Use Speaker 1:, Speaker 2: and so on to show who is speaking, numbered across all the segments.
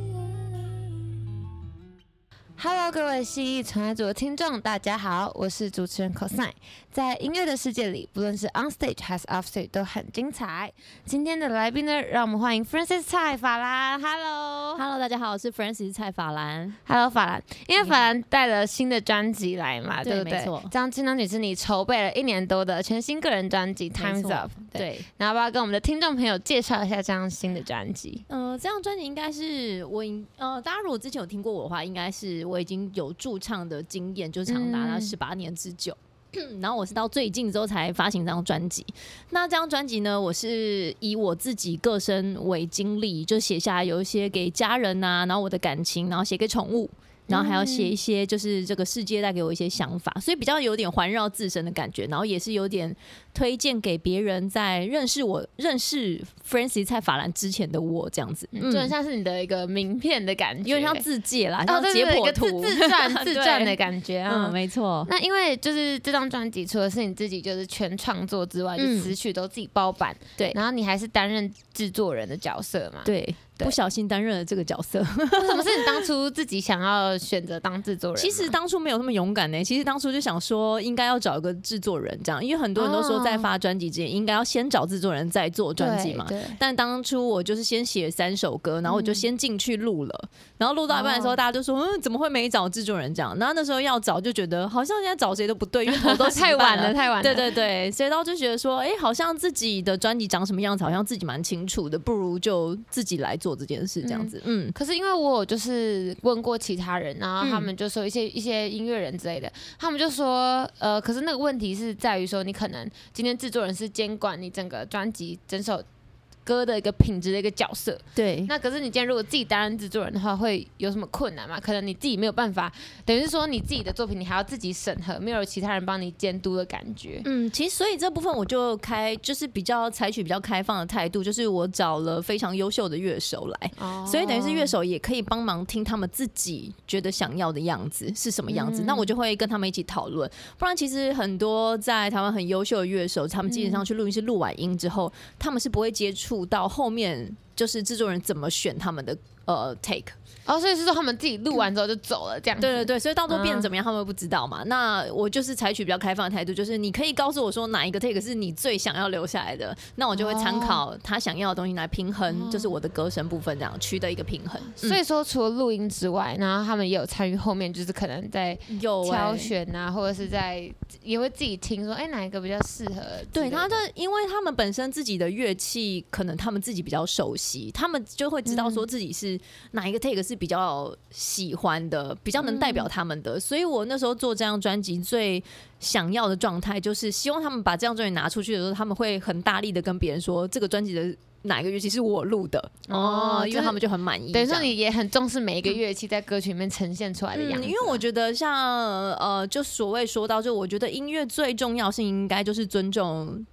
Speaker 1: Hello，各位蜥蜴传爱组的听众，大家好，我是主持人 cosine。在音乐的世界里，不论是 on stage 还是off stage 都很精彩。今天的来宾呢，让我们欢迎 Francis 蔡法兰。Hello，Hello，
Speaker 2: Hello，大家好，我是 Francis 蔡法兰。
Speaker 1: 法兰，因为法兰带了新的专辑来嘛，
Speaker 2: 对
Speaker 1: 对不嗯对
Speaker 2: 没错？
Speaker 1: 这张新专辑是你筹备了一年多的全新个人专辑《
Speaker 2: 没
Speaker 1: Times
Speaker 2: 错
Speaker 1: Up》。对，
Speaker 2: 对，
Speaker 1: 然后要不要跟我们的听众朋友介绍一下这张新的专辑？
Speaker 2: 呃，这张专辑应该是我已呃，大家如果之前有听过我的话，应该是我已经有驻唱的经验，就长达
Speaker 1: 嗯
Speaker 2: 了十八年之久。 然后我是到最近之后才发行这张专辑。那这张专辑呢，我是以我自己个身为经历，就写下有一些给家人啊，然后我的感情，然后写给宠物，然后还要
Speaker 1: 嗯
Speaker 2: 写一些就是这个世界带给我一些想法，所以比较有点环绕自身的感觉，然后也是有点推荐给别人，在认识我、认识 Francis 蔡法兰之前的我这样子，
Speaker 1: 嗯，就很像是你的一个名片的感觉，
Speaker 2: 有点像自介啦，
Speaker 1: 哦，
Speaker 2: 像
Speaker 1: 对
Speaker 2: 解
Speaker 1: 对 对，一
Speaker 2: 剖
Speaker 1: 个
Speaker 2: 图，
Speaker 1: 自自传自传的
Speaker 2: 对
Speaker 1: 感觉啊。
Speaker 2: 嗯，没错。
Speaker 1: 那因为就是这张专辑，除了是你自己就是全创作之外，就
Speaker 2: 嗯
Speaker 1: 词曲都自己包办，
Speaker 2: 对
Speaker 1: 然后你还是担任制作人的角色嘛？，
Speaker 2: 对，
Speaker 1: 对
Speaker 2: 不小心担任了这个角色。
Speaker 1: 为什么是你当初自己想要选择当制作人吗？啊
Speaker 2: 其实 当初没有那么勇敢呢、其实当初就想说应该要找一个制作人这样，因为很多人都说在发专辑之前应该要先找制作人再做专辑嘛。
Speaker 1: 啊对对
Speaker 2: 但当初我就是先写三首歌，然后我就先进去录了，然后录到一半的时候，
Speaker 1: 嗯哦
Speaker 2: 大家就说：“嗯，怎么会没找制作人这样？”然后那时候要找就觉得好像现在找谁都不 对，因为头都洗
Speaker 1: 太晚
Speaker 2: 半
Speaker 1: 了，
Speaker 2: 了。
Speaker 1: 太晚了。
Speaker 2: 对对对，所以到就觉得说，哎、好像自己的专辑长什么样子，好像自己蛮清楚的，不如就自己来做这件事，这样子。嗯，
Speaker 1: 可是因为我有就是问过其他人，然后他
Speaker 2: 嗯
Speaker 1: 们就说一些、一些音乐人之类的，他们就说，呃，可是那个问题是在于说，你可能今天制作人是监管你整个专辑整首歌的一个品质的一个角色，
Speaker 2: 对
Speaker 1: 那可是你今天如果自己担任制作人的话，会有什么困难吗？可能你自己没有办法，等于是说你自己的作品你还要自己审核，没有其他人帮你监督的感觉。
Speaker 2: 嗯，其实所以这部分我就开就是比较采取比较开放的态度，就是我找了非常优秀的乐手来，
Speaker 1: 哦
Speaker 2: 所以等于是乐手也可以帮忙听他们自己觉得想要的样子是什么样子，
Speaker 1: 嗯
Speaker 2: 那我就会跟他们一起讨论。不然其实很多在台湾很优秀的乐手，他们基
Speaker 1: 嗯
Speaker 2: 本上去录音室录完音之后，他们是不会接触到后面就是制作人怎么选他们的呃 take。
Speaker 1: 哦，所以是说他们自己录完之后就走了这样子。
Speaker 2: 对对对，所以到时候
Speaker 1: 嗯
Speaker 2: 变成怎么样，他们不知道嘛。那我就是采取比较开放的态度，就是你可以告诉我说哪一个 take 是你最想要留下来的，那我就会
Speaker 1: 哦
Speaker 2: 参考他想要的东西来平衡，就是我的歌声部分这样取得一个平衡。嗯
Speaker 1: 所以说，除了录音之外，然后他们也有参与后面，就是可能在
Speaker 2: 嗯有欸
Speaker 1: 挑选啊，或者是在也会自己听说，哎、哪一个比较适合之类的？
Speaker 2: 对，他的因为他们本身自己的乐器，可能他们自己比较熟悉，他们就会知道
Speaker 1: 嗯
Speaker 2: 说自己是哪一个 take 是比较喜欢的，比较能代表他们的。
Speaker 1: 嗯
Speaker 2: 所以我那时候做这张专辑最想要的状态，就是希望他们把这张专辑拿出去的时候，他们会很大力的跟别人说这个专辑的。哪一个乐器是我录的
Speaker 1: 哦
Speaker 2: 哦？因
Speaker 1: 就
Speaker 2: 为
Speaker 1: 是
Speaker 2: 他们就很满意这
Speaker 1: 等于
Speaker 2: 样。嗯
Speaker 1: 说你也很重视每一个乐器在歌曲里面呈现出来的样子啊、
Speaker 2: 因为我觉得像呃，就所谓说到，就我觉得音乐最重要是应该就是尊重。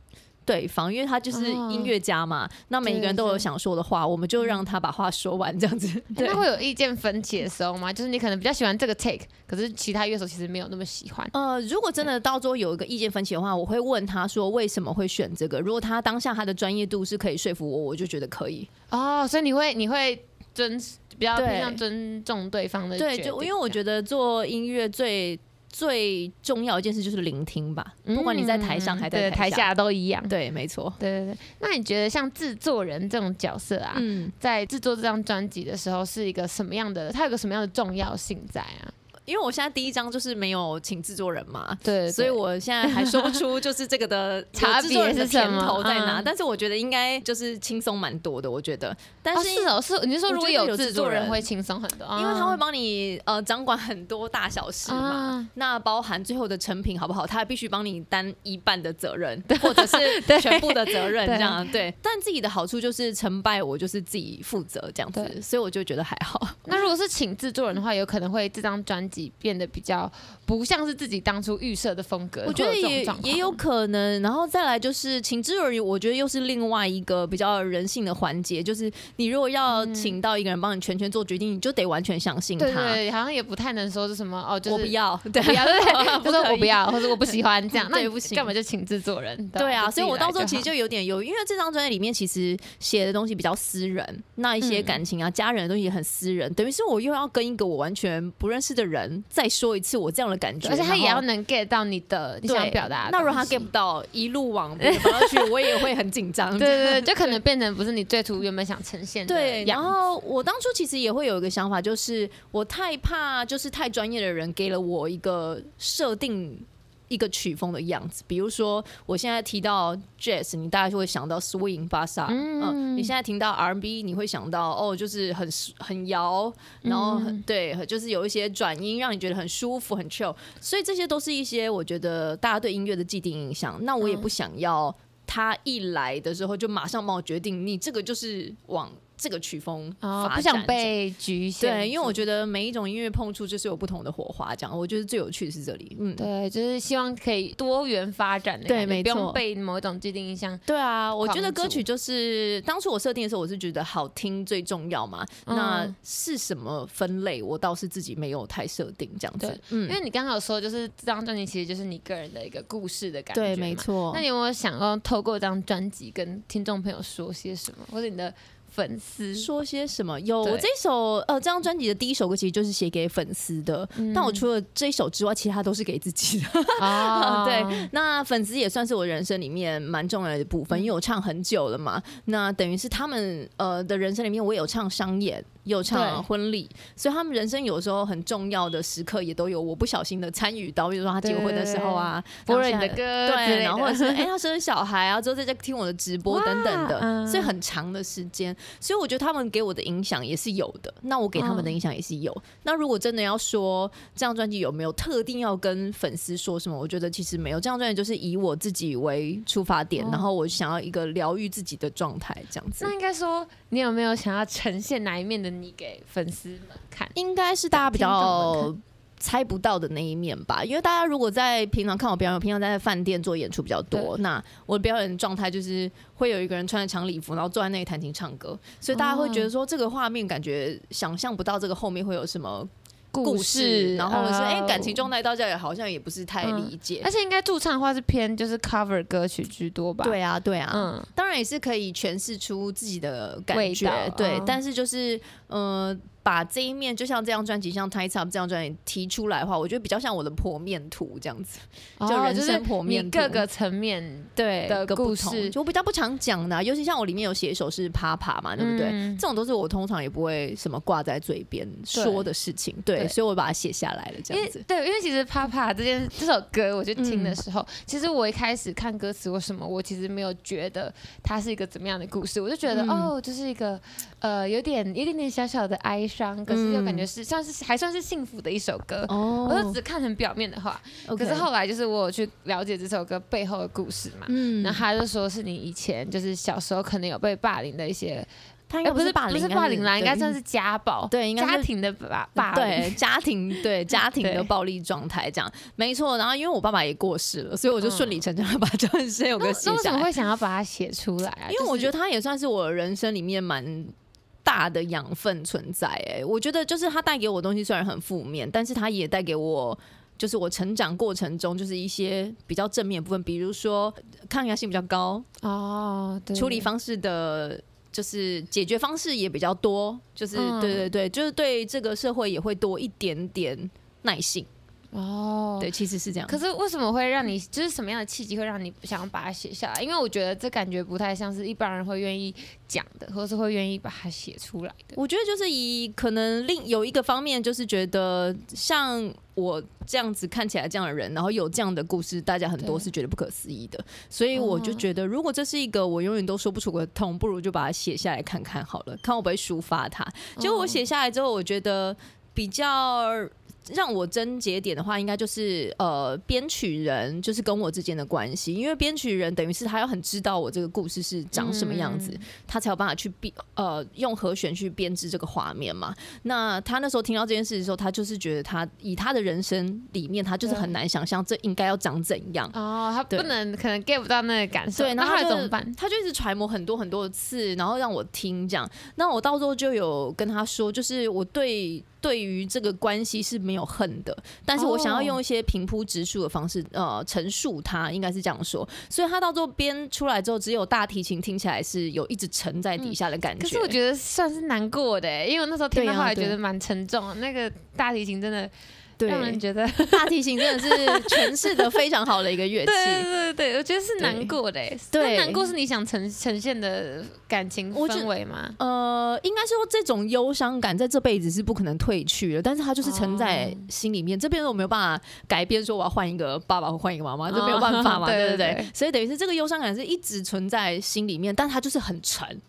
Speaker 2: 对方，因为他就是
Speaker 1: 哦
Speaker 2: 音乐家嘛，那每一个人都
Speaker 1: 对
Speaker 2: 有
Speaker 1: 对
Speaker 2: 想说的话，我们就让他把话说完，这样 子。对
Speaker 1: 那，会有意见分歧的时候吗？就是你可能比较喜欢这个 take，可是其他乐手其实没有那么喜欢。
Speaker 2: 呃，如果真的到最后有一个意见分歧的话，我会问他说为什么会选这个。如果他当下他的专业度是可以说服我，我就觉得可以。
Speaker 1: 哦，所以你会你会尊比较
Speaker 2: 对
Speaker 1: 偏向尊重对方的
Speaker 2: 对，就因为我觉
Speaker 1: 得
Speaker 2: 得做音乐最最重要一件事就是聆听吧，不管你在台上还
Speaker 1: 嗯台
Speaker 2: 在嗯台下。
Speaker 1: 下都一样。
Speaker 2: 对，没错。
Speaker 1: 对对对，那你觉得像制作人这种角色啊，
Speaker 2: 嗯，
Speaker 1: 在制作这张专辑的时候是一个什么样的？它有个什么样的重要性在啊？
Speaker 2: 因为我现在第一张就是没有请制作人嘛，
Speaker 1: 对
Speaker 2: 所以我现在还说不出就是这 个的
Speaker 1: 差别
Speaker 2: 有制作人的
Speaker 1: 是什
Speaker 2: 甜
Speaker 1: 么
Speaker 2: 头在哪，
Speaker 1: 嗯
Speaker 2: 但是我觉得应该就是轻松蛮多的，我觉得。但
Speaker 1: 哦
Speaker 2: 是
Speaker 1: 是哦是，你是说
Speaker 2: 我
Speaker 1: 如果
Speaker 2: 觉得
Speaker 1: 有
Speaker 2: 有
Speaker 1: 制
Speaker 2: 制作
Speaker 1: 作人
Speaker 2: 人
Speaker 1: 会轻松很多，哦
Speaker 2: 因为他会
Speaker 1: 帮
Speaker 2: 帮你呃掌管很多大小事嘛。
Speaker 1: 啊
Speaker 2: 那包含最后的成品好不好，他必须帮你担一半的责任，或者是
Speaker 1: 对
Speaker 2: 全部的责任
Speaker 1: 对
Speaker 2: 这样。对，但自己的好处就是成败我就是自己负责这样
Speaker 1: 对
Speaker 2: 子，所以我就觉得还好。
Speaker 1: 那如果是请制作人的话，有可能会这张专辑变得比较不像是自己当初预设的风格。
Speaker 2: 我觉得
Speaker 1: 会有这种
Speaker 2: 也
Speaker 1: 状况
Speaker 2: 也有可能，然后再来就是请之而已，我觉得又是另外一个比较人性的环节，就是你如果要请到一个人帮你全权做决定，你就得完全相嗯信他。
Speaker 1: 嗯对对对，好像也不太能说是什么哦，就是
Speaker 2: 我不要，对
Speaker 1: 我不要， 对不对，就
Speaker 2: 不
Speaker 1: 说
Speaker 2: 可
Speaker 1: 我不
Speaker 2: 以
Speaker 1: 要，或者我不喜 欢这样，那
Speaker 2: 对
Speaker 1: 你
Speaker 2: 不行
Speaker 1: 干嘛就请制作人？
Speaker 2: 对啊，
Speaker 1: 就自己
Speaker 2: 所以我
Speaker 1: 来
Speaker 2: 到时候其实
Speaker 1: 好
Speaker 2: 就有点犹豫，因为这张专辑里面其实写的东西比较私人，那一些
Speaker 1: 嗯
Speaker 2: 感情啊、家人的东西也很私人，等于是我又要跟一个我完全不认识的人再说一次我这样的感觉，
Speaker 1: 而且他也
Speaker 2: 然
Speaker 1: 要
Speaker 2: 后
Speaker 1: 能 get 到你的你
Speaker 2: 对
Speaker 1: 想表达的东西。
Speaker 2: 那如果他 get 不到，一路往别的方向去，我也会很紧张。
Speaker 1: 对对对，就可能变成不是你最初原本想呈现的
Speaker 2: 对，然
Speaker 1: 样子
Speaker 2: 后我当初其实也会有一个想法，就是我太怕，就是太专业的人给了我一个设定。一个曲风的样子，比如说我现在提到 jazz，你大概就会想到 swing、巴萨，嗯、你现在听到 R&B，你会想到哦，就是很很摇，
Speaker 1: 嗯
Speaker 2: 然后很、对，就是有一些转音，让你觉得很舒服、很 chill，所以这些都是一些我觉得大家对音乐的既定印象。那我也
Speaker 1: 嗯
Speaker 2: 不想要他一来的时候就马上帮我决定，你这个就是往这个曲风
Speaker 1: 哦
Speaker 2: 发展、
Speaker 1: 不想被局限住。
Speaker 2: 对，因为我觉得每一种音乐碰触就是有不同的火花，这样我觉得最有趣的是这里。嗯，
Speaker 1: 对，就是希望可以多元发展的
Speaker 2: 对
Speaker 1: 感觉，
Speaker 2: 没
Speaker 1: 不用
Speaker 2: 错
Speaker 1: 被某一种既定印象。
Speaker 2: 对啊，我觉得
Speaker 1: 框住
Speaker 2: 歌曲就是当初我设定的时候，我是觉得好听最重要嘛。那
Speaker 1: 嗯
Speaker 2: 是什么分类，我倒是自己没有太设定这样子
Speaker 1: 对。
Speaker 2: 嗯
Speaker 1: 因为你刚刚有说，就是这张专辑其实就是你个人的一个故事的感觉，
Speaker 2: 对，没。错。
Speaker 1: 那你有没有想要透过这张专辑跟听众朋友说些什么，或者你的粉丝？
Speaker 2: 说些什么？有
Speaker 1: 对
Speaker 2: 我这首呃，这张专辑的第一首歌其实就是写给粉丝的。
Speaker 1: 嗯
Speaker 2: 但我除了这一首之外，其他都是给自己的。
Speaker 1: 啊嗯
Speaker 2: 对，那粉丝也算是我人生里面蛮重要的部分，因为我唱很久了嘛。那等于是他们呃的人生里面，我有唱商演，也有
Speaker 1: 对
Speaker 2: 唱婚礼，所以他们人生有时候很重要的时刻，也都有我不小心的参与到，比如说他结婚的时候啊，
Speaker 1: 播
Speaker 2: 然后
Speaker 1: 了你
Speaker 2: 现
Speaker 1: 的
Speaker 2: 在
Speaker 1: 歌之
Speaker 2: 对，
Speaker 1: 类
Speaker 2: 然后
Speaker 1: 的
Speaker 2: 或者是哎、他生小孩啊，之后在家听我的直播等等
Speaker 1: 哇嗯
Speaker 2: 的，所以很长的时间，所以我觉得他们给我的影响也是有的，那我给他们的影响也是有。那如果真的要说这张专辑有没有特定要跟粉丝说什么，我觉得其实没有，这张专辑就是以我自己为出发点，
Speaker 1: 哦
Speaker 2: 然后我想要一个疗愈自己的状态，这样子
Speaker 1: 那。应该
Speaker 2: 哎
Speaker 1: 说，你有没有想要呈现哪一面的你给粉丝们看？
Speaker 2: 应该是大家比
Speaker 1: 听众
Speaker 2: 较猜不到的那一面吧，因为大家如果在平常看我表演，我平常在饭店做演出比较多，那我的表演状态就是会有一个人穿着长礼服，然后坐在那里弹琴唱歌，所以大家会觉得说这个画面感觉想象不到这个后面会有什么故事，然后或者是哎、感情状
Speaker 1: 态，
Speaker 2: 态到这里好像也不是太理解
Speaker 1: 哦而。且应该驻唱的话是偏就是 cover 歌曲居多吧？
Speaker 2: 对啊，对啊，
Speaker 1: 嗯，
Speaker 2: 当然也是可以诠释出自己的感
Speaker 1: 味
Speaker 2: 觉
Speaker 1: 道，
Speaker 2: 对。
Speaker 1: 嗯
Speaker 2: 但是就是呃，把这一面，就像这张专辑，像《t i g e Up》这张专辑提出来的话，我觉得比较像我的剖面图这样子。就
Speaker 1: 哦
Speaker 2: 人
Speaker 1: 是
Speaker 2: 生剖面
Speaker 1: 你
Speaker 2: 图
Speaker 1: 各个层面
Speaker 2: 对
Speaker 1: 的
Speaker 2: 的
Speaker 1: 故
Speaker 2: 不
Speaker 1: 事
Speaker 2: 同，就我比较不常讲的啊、尤其像我里面有写一首是《啪啪》嘛，对不对？
Speaker 1: 嗯
Speaker 2: 这种都是我通常也不会什么挂在嘴边说的事情，对，
Speaker 1: 对
Speaker 2: 所以我把它写下来了，这
Speaker 1: 因
Speaker 2: 样
Speaker 1: 为
Speaker 2: 子。嗯
Speaker 1: 对，因为其实《啪啪》这件这首歌，我就听的时候，其实我一开始看歌词或什么，我其实没有觉得它是一个怎么样的故事，我就觉得、
Speaker 2: 嗯
Speaker 1: 哦，就是一个呃有点有一点点小小的哀伤，可是又感觉是算是还算是幸福的一首歌。
Speaker 2: 嗯哦
Speaker 1: 我就只看成表面的话，呃可是后来就是我有去了解这首歌背后的故事嘛。
Speaker 2: 嗯
Speaker 1: 然后他就说是你以前就是小时候可能有被霸凌的一些，
Speaker 2: 他应
Speaker 1: 哎
Speaker 2: 该
Speaker 1: 不
Speaker 2: 是霸凌，啊
Speaker 1: 不是霸凌啦，应该算
Speaker 2: 是
Speaker 1: 是家暴，
Speaker 2: 对应该是
Speaker 1: 家庭的霸霸凌。
Speaker 2: 对家 庭对家庭
Speaker 1: 对
Speaker 2: 的暴力状态这样，没错。然后因为我爸爸也过世了，所以我就顺理成章的把这这 首
Speaker 1: 那
Speaker 2: 歌写
Speaker 1: 那为什
Speaker 2: 下
Speaker 1: 么
Speaker 2: 来，
Speaker 1: 会想要把它写出来啊？
Speaker 2: 因为我觉得他也算是我人生里面蛮。大的养分存在、哎，我觉得就是他带给我的东西虽然很负面，但是他也带给我，就是我成长过程中就是一些比较正面的部分，比如说抗压性比较高，
Speaker 1: 得哦，对
Speaker 2: 处理方式的，就是解决方式也比较多，就是、
Speaker 1: 嗯
Speaker 2: 对对对，就是对这个社会也会多一点点耐性。
Speaker 1: 哦，
Speaker 2: 对，其实是这样。
Speaker 1: 可是为什么会让你，就是什么样的契机会让你想要把它写下来？因为我觉得这感觉不太像是一般人会愿意讲的，或是会愿意把它写出来的。
Speaker 2: 我觉得就是以可能另有一个方面，就是觉得像我这样子看起来这样的人，然后有这样的故事，大家很多
Speaker 1: 对
Speaker 2: 是觉得不可思议的，所以我就觉得，如果这是一个我永远都说不出口的痛，不如就把它写下来看看好了，看会不会抒发它。结果我写下来之后，我觉得比较让我症结点的话，应该就是呃，编曲人就是跟我之间的关系，因为编曲人等于是他要很知道我这个故事是长什么样子，
Speaker 1: 嗯
Speaker 2: 他才有办法去编呃用和弦去编织这个画面嘛。那他那时候听到这件事的时候，他就是觉得他以他的人生里面，他就是很难想象这应该要长怎样。
Speaker 1: 哦，他
Speaker 2: 对
Speaker 1: 不能可能 get 不到那个感受，
Speaker 2: 对，然
Speaker 1: 啊那后
Speaker 2: 后他
Speaker 1: 来
Speaker 2: 就
Speaker 1: 怎么办？
Speaker 2: 他就一直揣摩很多很多次，然后让我听这样。那我到时候就有跟他说，就是我对对于这个关系是没有恨的，但是我想要
Speaker 1: 哦
Speaker 2: 用一些平铺直述的方式，呃，陈述他应该是这样说。所以他到最后编出来之后，只有大提琴听起来是有一直沉在底下的感觉。
Speaker 1: 可是我觉得算是难过的欸，因为我那时候听
Speaker 2: 对
Speaker 1: 到
Speaker 2: 啊
Speaker 1: 后来
Speaker 2: 对
Speaker 1: 觉得蛮沉重的，那个大提琴真的
Speaker 2: 对
Speaker 1: 让人觉得，
Speaker 2: 大提琴真的是诠释的非常好的一个乐器。
Speaker 1: 对对对对，我觉得是难过的欸。
Speaker 2: 对
Speaker 1: 那难过是你想呈呈现的感情
Speaker 2: 我觉
Speaker 1: 氛围吗？
Speaker 2: 呃，应该是说这种忧伤感在这辈子是不可能退去的，但是它就是沉在
Speaker 1: 哦
Speaker 2: 心里面。这边我没有办法改变，说我要换一个爸爸或换一个妈妈，这没有
Speaker 1: 哦
Speaker 2: 办法嘛，
Speaker 1: 对
Speaker 2: 对不
Speaker 1: 对
Speaker 2: 对
Speaker 1: 对？
Speaker 2: 所以等于是这个忧伤感是一直存在心里面，但它就是很沉。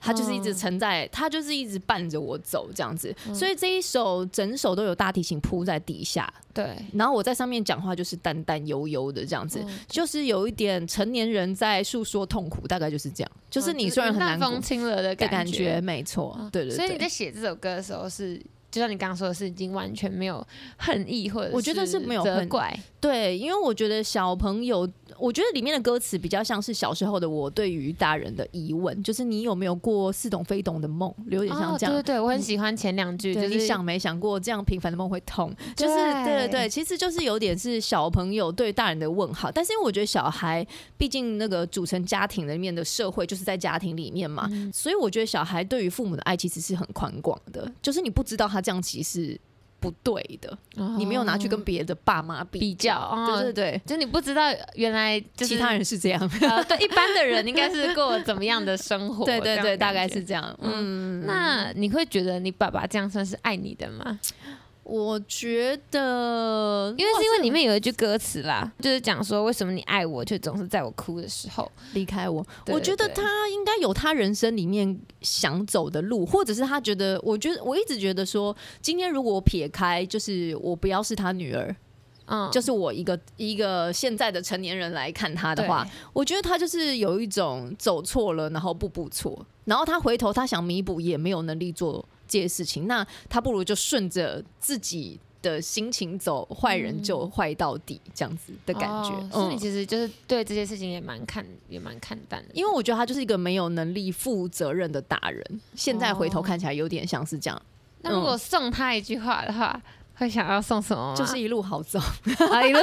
Speaker 2: 它就是一直存在，它就是一直伴着我走这样子，所以这一首整首都有大提琴铺在底下，
Speaker 1: 对，
Speaker 2: 然后我在上面讲话就是淡淡悠悠的这样子，
Speaker 1: 哦
Speaker 2: 就是有一点成年人在诉说痛苦，大概就是这样。就是你虽然很难
Speaker 1: 哦淡
Speaker 2: 过，
Speaker 1: 风轻了的
Speaker 2: 的感
Speaker 1: 觉
Speaker 2: 觉，，没错
Speaker 1: 嗯，
Speaker 2: 对对对。
Speaker 1: 所以你在写这首歌的时候是。就像你刚刚说的是，已经完全没有恨意，或者
Speaker 2: 我觉得是没有
Speaker 1: 责
Speaker 2: 恨
Speaker 1: 怪，
Speaker 2: 对，因为我觉得小朋友，我觉得里面的歌词比较像是小时候的我对于大人的疑问，就是你有没有过似懂非懂的梦，有点像
Speaker 1: 哦
Speaker 2: 这样。
Speaker 1: 对对对，我很喜欢前两句，就
Speaker 2: 对
Speaker 1: 是
Speaker 2: 你想没想过这样平凡的梦会痛？就是
Speaker 1: 对
Speaker 2: 对对对，其实就是有点是小朋友对大人的问号。但是因为我觉得小孩，毕竟那个组成家庭里面的社会就是在家庭里面嘛，
Speaker 1: 嗯
Speaker 2: 所以我觉得小孩对于父母的爱其实是很宽广的，就是你不知道他这样其实是不对的，你没有拿去
Speaker 1: 哦
Speaker 2: 跟别的爸妈比
Speaker 1: 比较哦
Speaker 2: 对对对。
Speaker 1: 就你不知道原来就是
Speaker 2: 其他人是这样，
Speaker 1: 呃，对一般的人应该是过怎么样的生活？
Speaker 2: 对对
Speaker 1: 这样
Speaker 2: 对，
Speaker 1: 的
Speaker 2: 大概
Speaker 1: 感觉
Speaker 2: 是。这样。嗯
Speaker 1: 嗯，那你会觉得你爸爸这样算是爱你的吗？
Speaker 2: 我觉得，
Speaker 1: 因为是因为里面有一句歌词啦，就是讲说为什么你爱我，却总是在我哭的时候。
Speaker 2: 离开我，
Speaker 1: 对
Speaker 2: 我觉得
Speaker 1: 对
Speaker 2: 他应该有他人生里面想走的路，或者是他觉得，我觉得我一直觉得说，今天如果我撇开，就是我不要是他女儿，
Speaker 1: 嗯，
Speaker 2: 就是我一个一个现在的成年人来看他的
Speaker 1: 对
Speaker 2: 话，我觉得他就是有一种走错了，然后步步错，然后他回头他想弥补也没有能力做这些事情，那他不如就顺着自己的心情走，坏人就坏到底这样子的感觉。
Speaker 1: 嗯哦
Speaker 2: 嗯
Speaker 1: 所以你其实就是对这些事情也蛮看也蛮看淡的。
Speaker 2: 因为我觉得他就是一个没有能力负责任的大人，现在回头看起来有点像是这样，
Speaker 1: 那如果送他一句话的话，会想要送什么吗？
Speaker 2: 就是一路好走。
Speaker 1: 啊 一路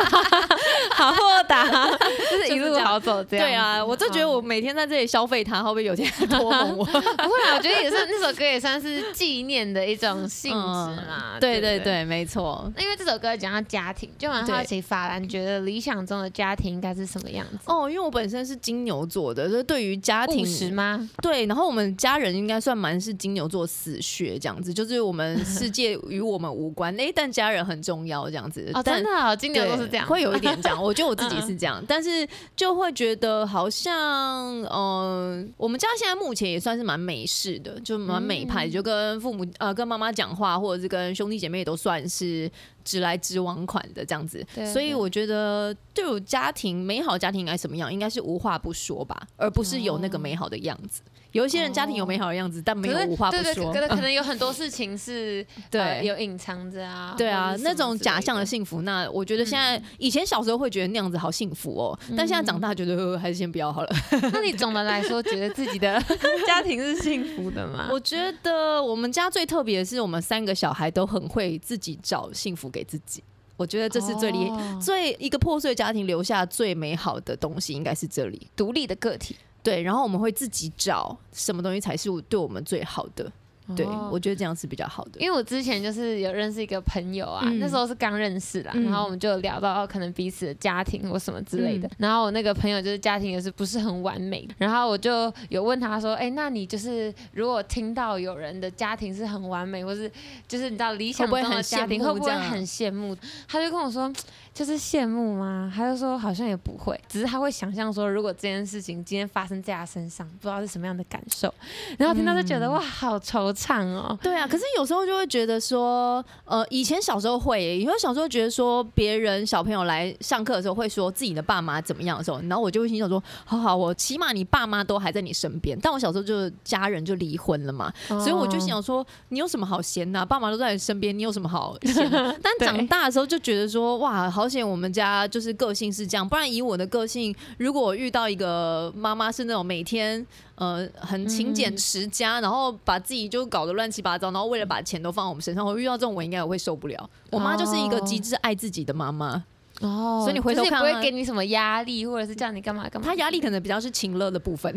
Speaker 1: 好豁达， 就是一
Speaker 2: 就是
Speaker 1: 路
Speaker 2: 这样
Speaker 1: 好走这样。
Speaker 2: 对啊，我就觉 得我每天在这里消费他，会不会有天他拖梦 我？
Speaker 1: 不会啊，我觉得也算那首歌也算是纪念的一种性质嘛。
Speaker 2: 嗯对对
Speaker 1: 不。
Speaker 2: 对，没错。
Speaker 1: 那因为这首歌讲到家庭，就蛮好奇法兰觉得理想中的家庭应该是什么样子？
Speaker 2: 哦，因为我本身是金牛座的，所以对于家
Speaker 1: 务
Speaker 2: 庭
Speaker 1: 实吗？
Speaker 2: 对，然后我们家人应该算蛮是金牛座死穴这样子，就是我们世界与我们无关，哎、但家人很重要这样子。
Speaker 1: 哦，真
Speaker 2: 但
Speaker 1: 的、哦，金牛
Speaker 2: 对，
Speaker 1: 都是这样，嗯
Speaker 2: 会有一点这样。我觉得我自己是这样，但是就会觉得好像，嗯、我们家现在目前也算是蛮美式的，就蛮美派，就跟父母呃跟妈妈讲话，或者是跟兄弟姐妹都算是直来直往款的这样子。
Speaker 1: 对
Speaker 2: 所以我觉得，对我家庭美好的家庭应该什么样，应该是无话不说吧，而不是有那个美好的样子。有一些人家庭有美好的样子，但没 有
Speaker 1: 可是
Speaker 2: 无话不
Speaker 1: 对对
Speaker 2: 说。
Speaker 1: 可可可能有很多事情 是
Speaker 2: 对
Speaker 1: 呃有隐藏着啊，
Speaker 2: 对
Speaker 1: 或
Speaker 2: 啊
Speaker 1: 者，是
Speaker 2: 那
Speaker 1: 什么
Speaker 2: 种
Speaker 1: 之
Speaker 2: 假
Speaker 1: 类
Speaker 2: 象的嗯幸福，那我觉得现在、以前小时候会觉得那样子好幸福哦，但现在长大觉得、呃还是先不要好了。
Speaker 1: 的。那你总的来说觉得自己的家庭是幸福的吗？
Speaker 2: 我觉得我们家最特别的是，我们三个小孩都很会自己找幸福给自己。我觉得这是最厉、
Speaker 1: 哦
Speaker 2: 最一个破碎家庭留下最美好的东西，应该是这里。
Speaker 1: 独立的个体，
Speaker 2: 对，然后我们会自己找什么东西才是对我们最好的。对，
Speaker 1: 哦
Speaker 2: 我觉得这样是比较好的。
Speaker 1: 因为我之前就是有认识一个朋友啊，
Speaker 2: 嗯
Speaker 1: 那时候是刚认识啦，
Speaker 2: 嗯
Speaker 1: 然后我们就有聊到哦可能彼此的家庭或什么之类的。然后我那个朋友就是家庭也是不是很完美，然后我就有问他说：“哎、那你就是如果听到有人的家庭是很完美，或是就是你知道理想中的家庭，
Speaker 2: 会
Speaker 1: 会
Speaker 2: 不
Speaker 1: 不
Speaker 2: 会
Speaker 1: 会
Speaker 2: 很羡
Speaker 1: 很
Speaker 2: 慕
Speaker 1: 羡慕？”他就跟我说：“嗯就是羡慕吗？”他就说：“好像也不会，只是他会想象说，如果这
Speaker 2: 嗯
Speaker 1: 件事情今天发生在他身上，不知道是什么样的感受。”然后听到就觉得、哇，好惆唱哦。
Speaker 2: 对啊，可是有时候就会觉得说，呃，以前小时候会耶，有时候小时候觉得说，别人小朋友来上课的时候会说自己的爸妈怎么样的时候，然后我就会心想说，好好，我起码你爸妈都还在你身边。但我小时候就家人就离婚了嘛，所以我就
Speaker 1: 哦
Speaker 2: 心想说，你有什么好嫌呐、爸妈都在你身边，你有什么好嫌 的？但
Speaker 1: 对
Speaker 2: 长大的时候就觉得说，哇，好险我们家就是个性是这样，不然以我的个性，如果我遇到一个妈妈是那种每天呃很勤
Speaker 1: 嗯
Speaker 2: 俭持家，然后把自己就搞得乱七八糟，然后为了把钱都放在我们身上，我遇到这种我应该我会受不了。我妈就是一个
Speaker 1: 哦
Speaker 2: 机智爱自己的妈妈，
Speaker 1: 哦，
Speaker 2: 所以你回头
Speaker 1: 就是也
Speaker 2: 看
Speaker 1: 不
Speaker 2: 啊
Speaker 1: 会给你什么压力，或者是叫你干嘛干嘛。
Speaker 2: 哦她压力可能比较是情乐的部 分，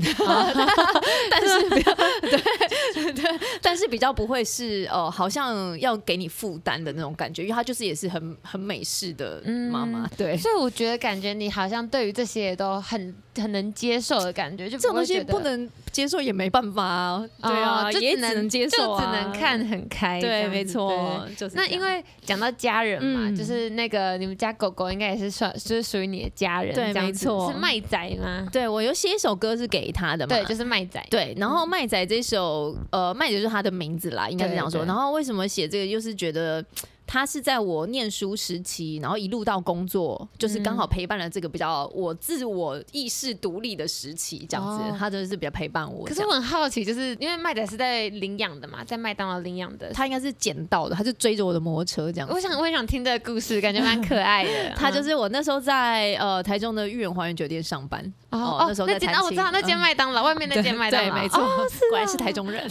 Speaker 1: 但 是
Speaker 2: 但是比较不会是呃，好像要给你负担的那种感觉，因为她就是也是很很美式的妈妈，嗯对。
Speaker 1: 所以我觉得感觉你好像对于这些也都很很能接受的感觉，就
Speaker 2: 这种
Speaker 1: 会
Speaker 2: 东西
Speaker 1: 觉得
Speaker 2: 不能接受也没办法啊，
Speaker 1: 哦
Speaker 2: 对啊，
Speaker 1: 就
Speaker 2: 也
Speaker 1: 只能
Speaker 2: 接受、啊，
Speaker 1: 就只能看。很开这样
Speaker 2: 对，
Speaker 1: 子。
Speaker 2: 没
Speaker 1: 对
Speaker 2: 错，就是
Speaker 1: 那
Speaker 2: 这样
Speaker 1: 因为讲到家人嘛，
Speaker 2: 嗯
Speaker 1: 就是那个你们家狗狗应该也是算就是属于你的家人，
Speaker 2: 对
Speaker 1: 这样子
Speaker 2: 没错
Speaker 1: 是麦仔吗？
Speaker 2: 对我有写一首歌是给他的嘛，
Speaker 1: 对，就是麦仔。
Speaker 2: 对，然
Speaker 1: 嗯
Speaker 2: 后麦仔这首，呃，麦仔就是他的名字啦，应该是这样说。
Speaker 1: 对对
Speaker 2: 然后为什么写这个，就是觉得他是在我念书时期，然后一路到工作，就是刚
Speaker 1: 嗯
Speaker 2: 好陪伴了这个比较我自我意识独立的时期，这样子，
Speaker 1: 哦
Speaker 2: 他就是比较陪伴我
Speaker 1: 可
Speaker 2: 这样。
Speaker 1: 是我很好奇，就是因为麦仔是在领养的嘛，在麦当劳领养的。
Speaker 2: 他应该是捡到的，他就追着我的摩托车这样子。。
Speaker 1: 我想，我也嗯想听这个故事，感觉蛮可爱的
Speaker 2: 他就是我那时候在呃台中的裕园花园酒店上班，
Speaker 1: 嗯
Speaker 2: 哦
Speaker 1: 哦
Speaker 2: 那时候在
Speaker 1: 那间
Speaker 2: 弹
Speaker 1: 哦，我知道
Speaker 2: 琴
Speaker 1: 那间
Speaker 2: 嗯
Speaker 1: 麦当劳，外面那 间麦当劳，
Speaker 2: 对，没错，
Speaker 1: 哦
Speaker 2: 果然是台中 人。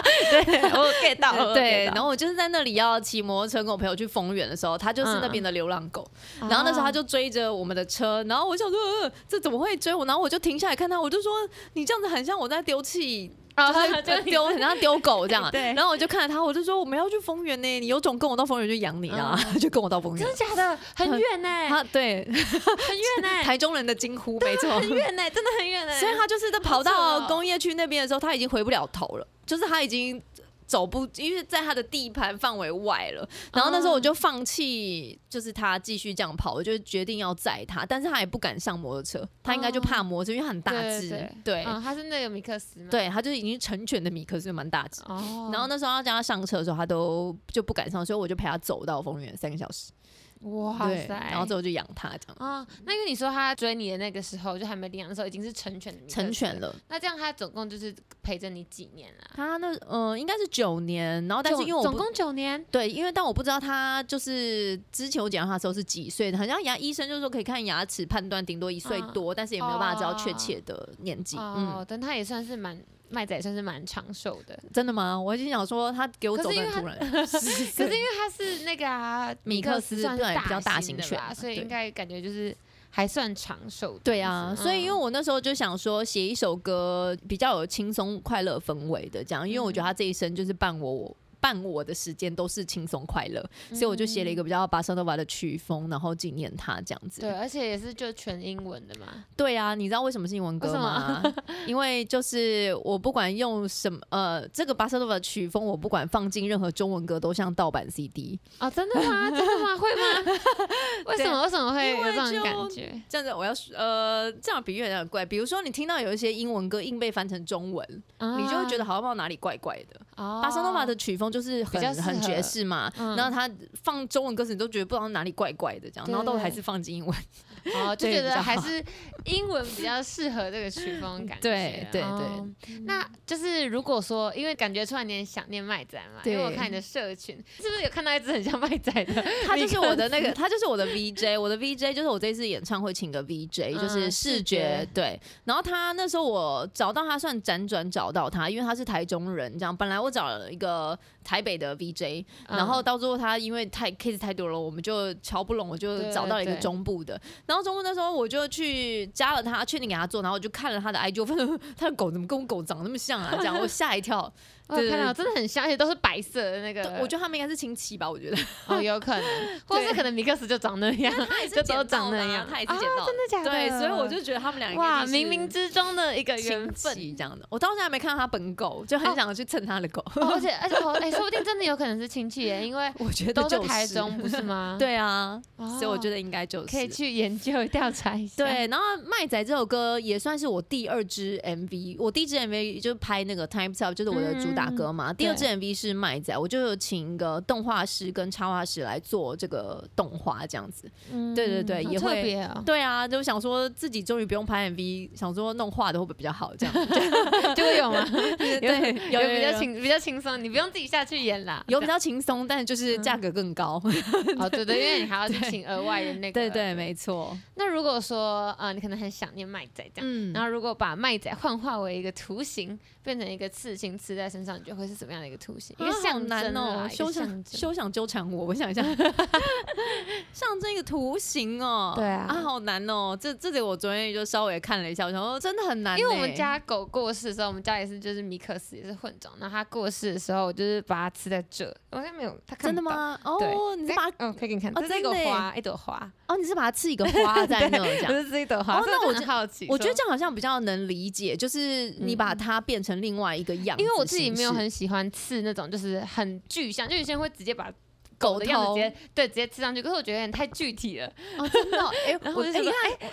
Speaker 1: 我 get 到了。
Speaker 2: 对，
Speaker 1: 我 get 到
Speaker 2: 然后我就是在那里要骑摩托车跟我朋友去丰原的时候，他就是那边的流浪狗，
Speaker 1: 嗯
Speaker 2: 然后那时候他就追着我们的车，然后我想说、呃、这怎么会追我？然后我就停下来看他，我就说你这样子很像我在丢弃。
Speaker 1: 哦
Speaker 2: 就是
Speaker 1: 就
Speaker 2: 呃
Speaker 1: 你
Speaker 2: 丢，很像丢狗这 样。
Speaker 1: 对
Speaker 2: 然后我就看着他，我就说我们要去丰原呢，你有种跟我到丰原就养你啊， 就跟我到丰原
Speaker 1: 嗯真。的假的？很远呢，
Speaker 2: 他对
Speaker 1: 很远呢，
Speaker 2: 台中人的惊呼，没错，
Speaker 1: 很远欸呢，真的很远呢。
Speaker 2: 所以他就是在跑
Speaker 1: 好
Speaker 2: 到
Speaker 1: 扯哦
Speaker 2: 工业区那边的时候，他已经回不了头了，就是他已经走不，因为在他的地盘范围外了。然后那时候我
Speaker 1: 嗯
Speaker 2: 就放弃，就是他继续这样跑，我就决定要载他，但是他也不敢上摩托车，他应该就怕摩托车，因为他很大只，
Speaker 1: 对
Speaker 2: 对
Speaker 1: 嗯，他是那个米克斯吗？，
Speaker 2: 对，他就是已经成犬的米克斯蛮大只。
Speaker 1: 哦，
Speaker 2: 然后那时候要叫他上车的时候，他都就不敢上，所以我就陪他走到丰原三个小时，
Speaker 1: 哇
Speaker 2: 对，
Speaker 1: 塞，
Speaker 2: 然后之后就养他这样，
Speaker 1: 啊、那因为你说他追你的那个时候就还没领养的时候，已经是成犬的米克斯
Speaker 2: 成犬。了。
Speaker 1: 那这样他总共就是陪着你几年啊？
Speaker 2: 他那呃应该是九年，哦然后但是因为我
Speaker 1: 总
Speaker 2: 不
Speaker 1: 总共九年，
Speaker 2: 对，因为但我不知道他就是之前我讲他的时候是几岁的，好像牙医生就说可以看牙齿判断顶多一岁多，但是也没有办法知道确切的年纪。
Speaker 1: 嗯
Speaker 2: 嗯
Speaker 1: 哦，但他也算是蛮麦仔，也算是蛮长寿的。
Speaker 2: 嗯，真的吗？我心想说他给我走的很突 然，可
Speaker 1: 可是
Speaker 2: 是
Speaker 1: 因为他是那个啊，
Speaker 2: 米克斯
Speaker 1: 算是
Speaker 2: 对比较大型
Speaker 1: 型的
Speaker 2: 犬
Speaker 1: 吧，
Speaker 2: 嘛
Speaker 1: 所以
Speaker 2: 对
Speaker 1: 应该感觉就是还算长寿的意思。
Speaker 2: 对啊，所以因为
Speaker 1: 嗯
Speaker 2: 我那时候就想说写一首歌比较有轻松快乐氛围的这样，因为我觉得他
Speaker 1: 嗯
Speaker 2: 这一生就是伴我我。伴我的时间都是轻松快乐，所以我就
Speaker 1: 嗯
Speaker 2: 写了一个比较巴桑诺瓦的曲风，然后纪念他这样子。
Speaker 1: 对，而且也是就全英文的嘛。
Speaker 2: 对啊，你知道为什么是英文歌吗？ 因为就是我不管用什么，呃，这个巴塞罗的曲风，我不管放进任何中文歌，都像盗版 CD。
Speaker 1: 哦，真的吗？真的吗？会 吗？为什么？为什么会
Speaker 2: 因
Speaker 1: 有
Speaker 2: 为
Speaker 1: 这种
Speaker 2: 就
Speaker 1: 感觉？
Speaker 2: 这样子，我要呃，这样比喻有点怪。比如说，你听到有一些英文歌硬被翻成中文，你就会觉得好像不知道哪里怪怪的。
Speaker 1: 啊
Speaker 2: 巴塞罗那
Speaker 1: 哦
Speaker 2: 的曲风就是
Speaker 1: 比较
Speaker 2: 很
Speaker 1: 适
Speaker 2: 很爵
Speaker 1: 合
Speaker 2: 士嘛，
Speaker 1: 嗯
Speaker 2: 然后他放中文歌词，你都觉得不知道哪里怪怪的这样，然后
Speaker 1: 对
Speaker 2: 都
Speaker 1: 对
Speaker 2: 还是放进英文。
Speaker 1: 哦，就
Speaker 2: 对
Speaker 1: 觉
Speaker 2: 比较
Speaker 1: 得还
Speaker 2: 好
Speaker 1: 是英文比较适合这个曲风感觉。
Speaker 2: 对对对
Speaker 1: 哦那就是如果说，因为感觉突然间想念麦仔嘛，因为我
Speaker 2: 对
Speaker 1: 看你的社群，是不是有看到一只很像麦仔 的？
Speaker 2: 他就是我的那个，他就是我的 VJ，我的 VJ 就是我这次演唱会请的 VJ，
Speaker 1: 嗯
Speaker 2: 就是
Speaker 1: 视
Speaker 2: 视
Speaker 1: 觉
Speaker 2: 觉对。然后他那时候我找到他，算辗转找到他，因为他是台中人，这样。本来我找了一个台北的 VJ，
Speaker 1: 嗯
Speaker 2: 然后到最后他因为太 case 太多了，我们就瞧不拢，我就
Speaker 1: 对
Speaker 2: 找到了一个
Speaker 1: 对
Speaker 2: 中部的。然后中部那时候我就去加了他，确定给他做，然后我就看了他的 IG，我发现 呃他的狗怎么跟我狗长得那么像啊？这样我吓一 跳，
Speaker 1: 我有看到
Speaker 2: 对对对
Speaker 1: 真的很像，而且都是白色的那个，
Speaker 2: 我觉得他们应该是亲戚吧，我觉得。
Speaker 1: 哦有可能，或者是可能米克斯就长那样，
Speaker 2: 他 也是
Speaker 1: 就
Speaker 2: 捡
Speaker 1: 都
Speaker 2: 到
Speaker 1: 长
Speaker 2: 的
Speaker 1: 那
Speaker 2: 啊
Speaker 1: 样，
Speaker 2: 他也是捡
Speaker 1: 啊
Speaker 2: 到的
Speaker 1: 真的假的？
Speaker 2: 对，所以我 就觉得他们俩应该
Speaker 1: 哇，
Speaker 2: 就是
Speaker 1: 冥冥之中的一个缘
Speaker 2: 亲
Speaker 1: 分。
Speaker 2: 戚这样的。我到现在还没看到他本狗，就很想去蹭他的狗。
Speaker 1: 哦而且而且好，哎，说不定真的有可能是亲戚耶，因为
Speaker 2: 我觉得
Speaker 1: 都在
Speaker 2: 就是
Speaker 1: 台中，不是 吗？，
Speaker 2: 对啊，所以我觉
Speaker 1: 得
Speaker 2: 得应该就是
Speaker 1: 哦可以。去研究 调查一下。
Speaker 2: 对，然后《麦仔》这首歌也算是我第二支 MV，我第一支 MV 就拍那个《Times Up》，就是我的主打歌嘛。第二支
Speaker 1: 嗯对
Speaker 2: MV 是麦仔，我就有请一个动画师跟插画师来做这个动画，这样子。
Speaker 1: 嗯
Speaker 2: 对对对
Speaker 1: 好
Speaker 2: 也
Speaker 1: 特
Speaker 2: 会
Speaker 1: 别 哦。
Speaker 2: 对啊，就想说自己终于不用拍 MV，想说弄画的会不会比较好？ 这样
Speaker 1: 就会 有吗？对，
Speaker 2: 有
Speaker 1: 比较
Speaker 2: 有
Speaker 1: 轻，比较轻松，你不用自己下去演啦。
Speaker 2: 有比较轻松，但就是价格更高。
Speaker 1: 哦，嗯对对，因为你还要请额外的那个。
Speaker 2: 对对，没错。
Speaker 1: 那如果说呃，你可能很想念麦仔这样，
Speaker 2: 嗯
Speaker 1: 然后如果把麦仔幻化为一个图形，变成一个刺青刺在身上，你觉得会是什么样的一个图形？一
Speaker 2: 啊
Speaker 1: 个
Speaker 2: 好
Speaker 1: 象
Speaker 2: 难
Speaker 1: 征
Speaker 2: 哦
Speaker 1: 啦，一
Speaker 2: 休
Speaker 1: 个
Speaker 2: 想
Speaker 1: 象征。
Speaker 2: 休想纠缠我，我想 一下，象征一个图形哦，
Speaker 1: 对啊
Speaker 2: 啊好难哦，这这里我昨天就稍微看了一下，我想说真的很难呢，欸
Speaker 1: 因为我们家狗过世的时候，我们家也是就是米克斯也是混种，然后它过世的时候，我就是把它刺在这，我看没有，它看
Speaker 2: 真
Speaker 1: 不
Speaker 2: 的
Speaker 1: 到？
Speaker 2: 吗？
Speaker 1: 对
Speaker 2: 哦，你是把它
Speaker 1: 嗯，可以给你看，
Speaker 2: 哦
Speaker 1: 这是一个
Speaker 2: 真的耶
Speaker 1: 花，一朵 花，
Speaker 2: 哦，你是把它刺一个花 在那这
Speaker 1: 我
Speaker 2: 样。
Speaker 1: 是这一朵花。
Speaker 2: 哦
Speaker 1: 所以
Speaker 2: 那我
Speaker 1: 就很
Speaker 2: 觉
Speaker 1: 好奇，
Speaker 2: 我觉
Speaker 1: 说嗯
Speaker 2: 得这样好像比较能理解，就是你把它变成另外一个样子形式，
Speaker 1: 因为我自己没有很喜欢刺那种，就是很具象，就有些人会直接把
Speaker 2: 狗
Speaker 1: 我的样子直
Speaker 2: 头
Speaker 1: 接对直接刺上去，可是我觉得有点太具体了。
Speaker 2: 哦，真的哦，哎，
Speaker 1: 然后
Speaker 2: 我
Speaker 1: 我
Speaker 2: 哎
Speaker 1: 就想
Speaker 2: 你
Speaker 1: 说
Speaker 2: 看，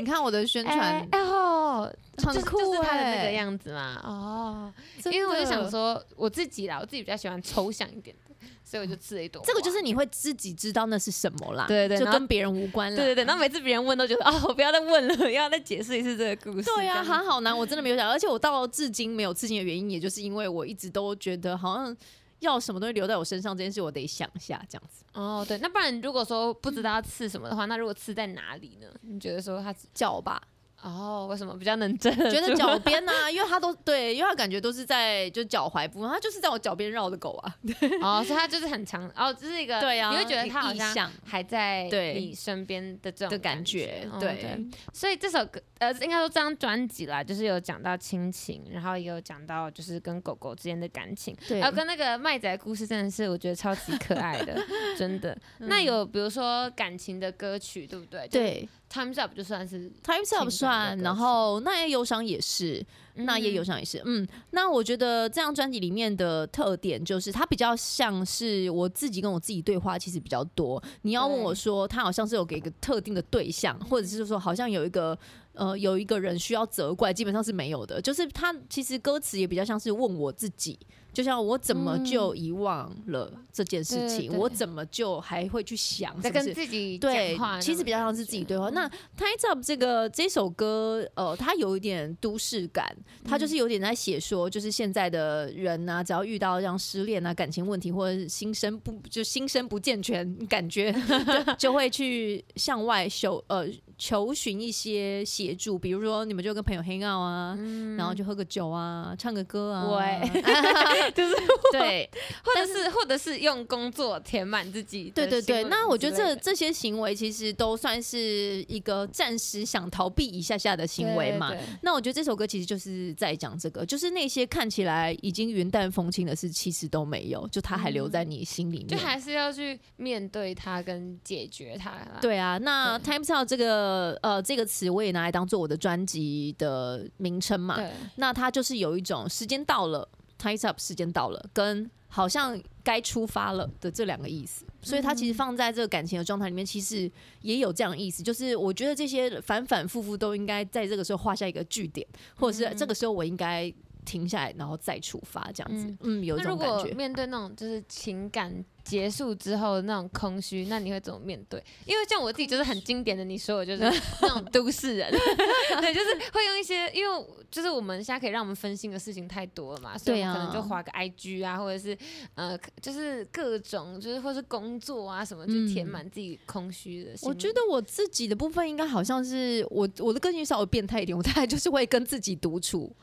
Speaker 2: 你看我的宣
Speaker 1: 哎
Speaker 2: 传
Speaker 1: 哎哦，
Speaker 2: 很
Speaker 1: 就是就
Speaker 2: 酷
Speaker 1: 是他的那
Speaker 2: 哎
Speaker 1: 个样子嘛。哦，
Speaker 2: 真
Speaker 1: 因为我就
Speaker 2: 的
Speaker 1: 想说我自己啦，我自己比较喜欢抽象一点的，所以我就刺了一朵花。
Speaker 2: 这个就是你会自己知道那是什么啦，
Speaker 1: 对对
Speaker 2: 就
Speaker 1: 然后
Speaker 2: 跟别人无关啦。
Speaker 1: 对对对。然后每次别人问都觉得哦，不要再问了， 要再解释一次这个故事。
Speaker 2: 对呀、
Speaker 1: 这样
Speaker 2: 还好难，我真的没有想到，而且我到至今没有刺青的原因，也就是因为我一直都觉得好像要什么东西留在我身上这件事，我得想一下这样子。
Speaker 1: 哦，对，那不然如果说不
Speaker 2: 嗯
Speaker 1: 知道要刺什么的话，那如果刺在哪里呢？你觉得说它
Speaker 2: 脚吧，
Speaker 1: 哦，为什么比较能真的
Speaker 2: 觉得脚边呐、因为它都对，因为它感觉都是在就脚踝部分，它就是在我脚边绕的狗 啊。
Speaker 1: 哦，所以它就是很强哦，这是一个
Speaker 2: 对啊
Speaker 1: 你会觉得它好
Speaker 2: 意
Speaker 1: 像
Speaker 2: 象
Speaker 1: 还在
Speaker 2: 对
Speaker 1: 你身边的这种
Speaker 2: 的
Speaker 1: 感
Speaker 2: 感觉
Speaker 1: 哦
Speaker 2: 对
Speaker 1: 对，所以这首歌呃，应该说这张专辑啦，就是有讲到亲情，然后也有讲到就是跟狗狗之间的感情，
Speaker 2: 对
Speaker 1: 然后跟那个麦仔的故事真的是我觉得超级可爱 的，真的。那有比如说感情的歌曲，对不对？
Speaker 2: 嗯对
Speaker 1: ，Time's Up 就算是
Speaker 2: ，Times
Speaker 1: 情
Speaker 2: Up
Speaker 1: 感的
Speaker 2: 算，
Speaker 1: 歌
Speaker 2: 然
Speaker 1: 曲
Speaker 2: 后那夜忧伤也是，那也有
Speaker 1: 嗯
Speaker 2: 上也是，嗯，那我觉得这张专辑里面的特点就是它比较像是我自己跟我自己对话，其实比较多。你要问我
Speaker 1: 对
Speaker 2: 说，它好像是有给一个特定的对象，或者是说好像有一个呃有一个人需要责怪，基本上是没有的。就是它其实歌词也比较像是问我自己，就像我怎么就遗忘了这件事
Speaker 1: 对
Speaker 2: 情，
Speaker 1: 嗯对
Speaker 2: 我怎么就还会去想，
Speaker 1: 在
Speaker 2: 是
Speaker 1: 跟
Speaker 2: 不是
Speaker 1: 自己讲
Speaker 2: 对
Speaker 1: 话，，
Speaker 2: 其实比较像是自己对
Speaker 1: 嗯
Speaker 2: 话。那《Times Up》这个这首歌，呃，它有一点都市感，它
Speaker 1: 嗯
Speaker 2: 就是有点在写说，就是现在的人啊，只要遇到像失恋啊、感情问题或者是心生不就心生不健全，感觉 就就会去向外求呃求寻一些协助，比如说你们就跟朋友 hang out 啊，然后就喝个酒啊，唱个歌啊，
Speaker 1: 嗯喂就是
Speaker 2: 对，
Speaker 1: 或者是或者是用工作填满自己的
Speaker 2: 对
Speaker 1: 心
Speaker 2: 对
Speaker 1: 灵之类
Speaker 2: 对，
Speaker 1: 的。
Speaker 2: 那我觉得这这些行为其实都算是一个暂时想逃避一下下的行为嘛。嗯
Speaker 1: 对对对
Speaker 2: 那我觉得这首歌其实就是在讲这个，就是那些看起来已经云淡风轻的事，其实都没有，就它还留在你心里面。
Speaker 1: 嗯就还是要去面对它跟解决它啦。
Speaker 2: 对啊，那
Speaker 1: 对
Speaker 2: Times Out 这个呃这个词，我也拿来当做我的专辑的名称嘛。
Speaker 1: 对，
Speaker 2: 那它就是有一种时间到了，times up，时间到了，跟好像该出发了的这两个意思。所以它其实放在这个感情的状态里面，其实也有这样的意思，就是我觉得这些反反复复都应该在这个时候画下一个句点，或者是这个时候我应该停下来，然后再出发这样子
Speaker 1: 嗯。
Speaker 2: 嗯，有
Speaker 1: 那
Speaker 2: 这
Speaker 1: 如
Speaker 2: 种感
Speaker 1: 果
Speaker 2: 觉。
Speaker 1: 面对那种就是情感结束之后的那种空虚，那你会怎么面对？因为像我自己就是很经典的，你说我就是那种都市人， 对，就是会用一些，因为就是我们现在可以让我们分心的事情太多了嘛，所以
Speaker 2: 对
Speaker 1: 我
Speaker 2: 啊
Speaker 1: 们可能就划个 IG 啊，或者是呃，就是各种就是或是工作啊什么，就填
Speaker 2: 嗯
Speaker 1: 满自己空虚的心。
Speaker 2: 我觉得我自己的部分应该好像是我我的个性稍微变态一点，我大概就是会跟自己独处。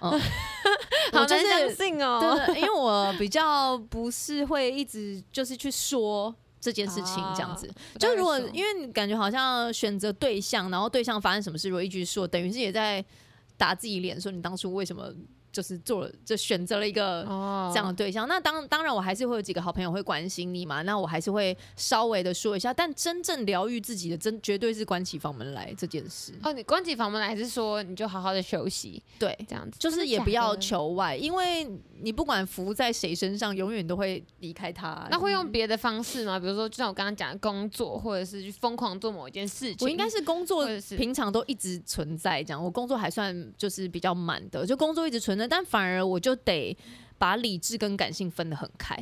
Speaker 2: 嗯，我
Speaker 1: 好
Speaker 2: 就
Speaker 1: 难相
Speaker 2: 是
Speaker 1: 信哦、
Speaker 2: 对，因为我比较不是会一直就是去说这件事情这样子。
Speaker 1: 啊不太
Speaker 2: 就
Speaker 1: 会
Speaker 2: 如果
Speaker 1: 说
Speaker 2: 因为你感觉好像选择对象，然后对象发生什么事，如果一直说，等于是也在打自己脸，说你当初为什么就是做了就选择了一个
Speaker 1: 哦
Speaker 2: 这样的对象。那当当然，我还是会有几个好朋友会关心你嘛，那我还是会稍微的说一下。但真正疗愈自己的，真绝对是关起房门来这件事。
Speaker 1: 哦，你关起房门来是说你就好好的休息
Speaker 2: 对，
Speaker 1: 这样子，
Speaker 2: 就
Speaker 1: 真
Speaker 2: 是
Speaker 1: 的
Speaker 2: 也
Speaker 1: 假
Speaker 2: 不要
Speaker 1: 的。
Speaker 2: 求外，因为你不管服在谁身上，永远都会离开他。
Speaker 1: 那会用别的方式吗？比如说，就像我刚刚讲的工作，或者是去疯狂做某一件事情。
Speaker 2: 我应该是工作
Speaker 1: 嗯或者是
Speaker 2: 平常都一直存在这样，我工作还算就是比较满的，就工作一直存在，的，但反而我就得把理智跟感性分得很开。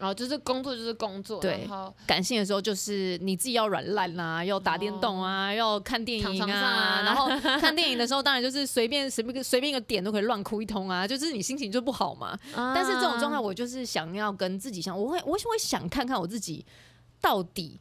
Speaker 1: 哦，就是工作就是工作，
Speaker 2: 对
Speaker 1: 然后
Speaker 2: 感性的时候就是你自己要软烂啦，要打电动啊，要看电
Speaker 1: 哦躺
Speaker 2: 影
Speaker 1: 床上啊
Speaker 2: 啊，然后 看电影的时候当然就是随便随便随便一个点都可以乱哭一通啊，就是你心情就不好嘛。但是这种状态，
Speaker 1: 啊
Speaker 2: 我就是想要跟自己想，我会我会想看看我自己到底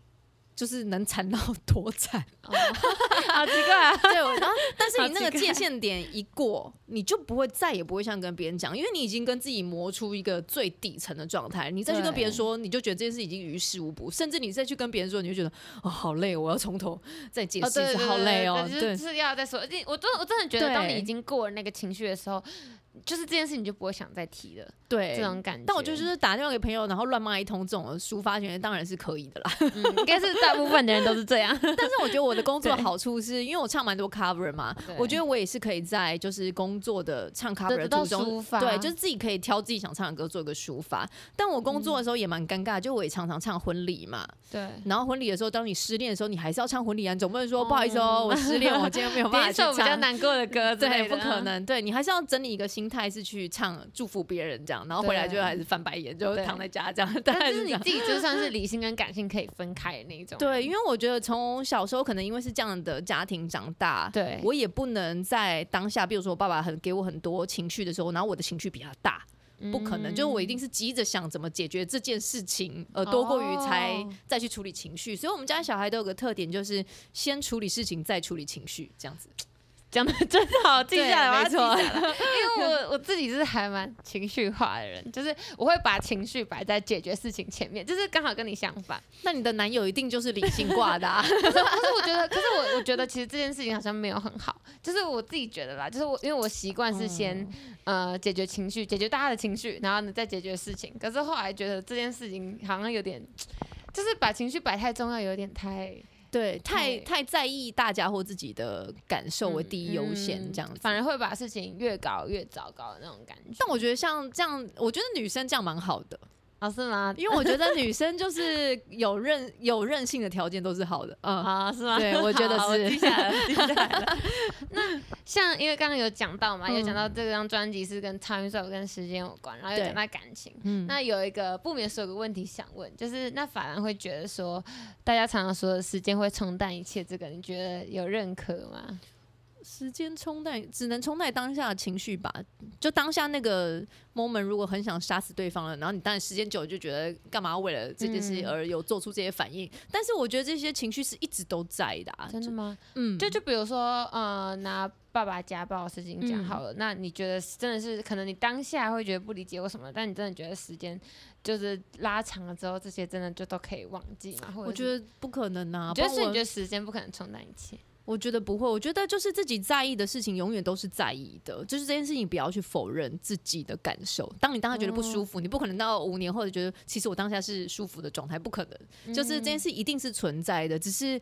Speaker 2: 就是能惨到 多惨。
Speaker 1: 好奇怪 啊，
Speaker 2: 对，我然后但是
Speaker 1: 好
Speaker 2: 你那个
Speaker 1: 奇
Speaker 2: 界
Speaker 1: 怪
Speaker 2: 限点一过，你就不会再也不会像跟别人讲，因为你已经跟自己磨出一个最底层的状态，你再去跟别人
Speaker 1: 对
Speaker 2: 说，你就觉得这件事已经于事无补，甚至你再去跟别人说，你就觉得哦好累，我要从头再解释一次，好累哦，
Speaker 1: 对就
Speaker 2: 对
Speaker 1: 是。是要再说。一定我真的我真的觉得，当你
Speaker 2: 对
Speaker 1: 已经过了那个情绪的时候，就是这件事你就不会想再提了，
Speaker 2: 对
Speaker 1: 这种感觉。
Speaker 2: 但我觉得就，是打电话给朋友，然后乱骂一通，这种抒发权当然是可以的啦。
Speaker 1: 嗯，应该是大部分的人都是这样。
Speaker 2: 但是我觉得我的工作
Speaker 1: 对
Speaker 2: 好处是因为我唱蛮多 cover 嘛
Speaker 1: 对，
Speaker 2: 我觉得我也是可以在就是工作的唱 cover
Speaker 1: 得
Speaker 2: 的
Speaker 1: 到
Speaker 2: 途中
Speaker 1: 抒发
Speaker 2: 对，就是自己可以挑自己想唱的歌做一个抒发。但我工
Speaker 1: 嗯
Speaker 2: 作的时候也蛮尴尬，就我也常常唱婚礼嘛，
Speaker 1: 对，
Speaker 2: 然后婚礼的时候，当你失恋的时候，你还是要唱婚礼啊，你总不能说、
Speaker 1: 哦
Speaker 2: 不好意思哦，我失恋，我今天没有
Speaker 1: 点
Speaker 2: 办法
Speaker 1: 一
Speaker 2: 去
Speaker 1: 首
Speaker 2: 唱。
Speaker 1: 比较难过的 歌之类
Speaker 2: 对，
Speaker 1: 的
Speaker 2: 不
Speaker 1: 啊，
Speaker 2: 可能。对你还是要整理一个心态，是去唱祝福别人这样，然后回来就
Speaker 1: 对
Speaker 2: 还是翻白眼，就
Speaker 1: 对
Speaker 2: 躺在家这样。大概
Speaker 1: 但就是
Speaker 2: 这
Speaker 1: 你
Speaker 2: 样
Speaker 1: 自己就算是理性跟感性可以分开的那一种人。啊
Speaker 2: 对，因为我觉得从小时候可能因为是这样的家庭长大，
Speaker 1: 对
Speaker 2: 我也不能在当下，比如说我爸爸很给我很多情绪的时候，然后我的情绪比较大，不可能，就是我一
Speaker 1: 嗯
Speaker 2: 定是急着想怎么解决这件事情，呃，多过于才
Speaker 1: 哦
Speaker 2: 再去处理情绪。所以我们家小孩都有个特点，就是先处理事情，再处理情绪，这样子。
Speaker 1: 讲的真好，记
Speaker 2: 对
Speaker 1: 下来，我要
Speaker 2: 没
Speaker 1: 记
Speaker 2: 错
Speaker 1: 下来。因为我我 自己是还蛮情绪化的人，就是我会把情绪摆在解决事情前面，就是刚好跟你相反。
Speaker 2: 那你的男友一定就是理性 挂的、啊，
Speaker 1: 可是可是我觉得，可是我我觉得其实这件事情好像没有很好，就是我自己觉得啦，就是我因为我习惯是先、呃解决情绪，解决大家的情绪，然后呢再解决事情。可是后来觉得这件事情好像有点，就是把情绪摆太重要，有点太
Speaker 2: 对，太
Speaker 1: 对
Speaker 2: 太在意大家或自己的感受为第一优先，
Speaker 1: 嗯
Speaker 2: 这样子。
Speaker 1: 反而会把事情越搞越糟糕的那种感觉。
Speaker 2: 但我觉得像这样，我觉得女生这样蛮好的，
Speaker 1: 哦，是吗？
Speaker 2: 因为我觉得女生就是有韧有韧性的条件都是 好的，嗯，
Speaker 1: 啊，是吗？
Speaker 2: 对我觉得
Speaker 1: 好我
Speaker 2: 是
Speaker 1: 记下来了，记下 来了。那像因为刚刚有讲到嘛，
Speaker 2: 嗯
Speaker 1: 有讲到这张专辑是跟 time s o 跟时间有关，然后有
Speaker 2: 对
Speaker 1: 讲到感情。
Speaker 2: 嗯，
Speaker 1: 那有一个不免说有个问题想问，就是那法兰会觉得说，大家常常说的时间会冲淡一切，这个你觉得有认可吗？
Speaker 2: 时间冲淡，只能冲淡当下的情绪吧。就当下那个 moment，如果很想杀死对方了，然后你当然时间久了就觉得干嘛为了这件事
Speaker 1: 嗯
Speaker 2: 而有做出这些反应。但是我觉得这些情绪是一直都在的、啊，
Speaker 1: 真的
Speaker 2: 就
Speaker 1: 吗？
Speaker 2: 嗯，
Speaker 1: 就就比如说，呃，拿爸爸家暴的事情
Speaker 2: 嗯
Speaker 1: 讲好了，那你觉得真的是可能你当下会觉得不理解或什么，但你真的觉得时间就是拉长了之后，这些真的就都可以忘记吗？或者
Speaker 2: 我觉
Speaker 1: 是
Speaker 2: 得不可能啊。
Speaker 1: 你觉得
Speaker 2: 不
Speaker 1: 是
Speaker 2: 然
Speaker 1: 你
Speaker 2: 我
Speaker 1: 觉得时间不可能冲淡一切，
Speaker 2: 我觉得不会，我觉得就是自己在意的事情，永远都是在意的。就是这件事情，不要去否认自己的感受。当你当下觉得不舒
Speaker 1: 哦
Speaker 2: 服，你不可能到五年后就觉得，其实我当下是舒服的状态，不可能。就是这
Speaker 1: 嗯
Speaker 2: 件事一定是存在的，只是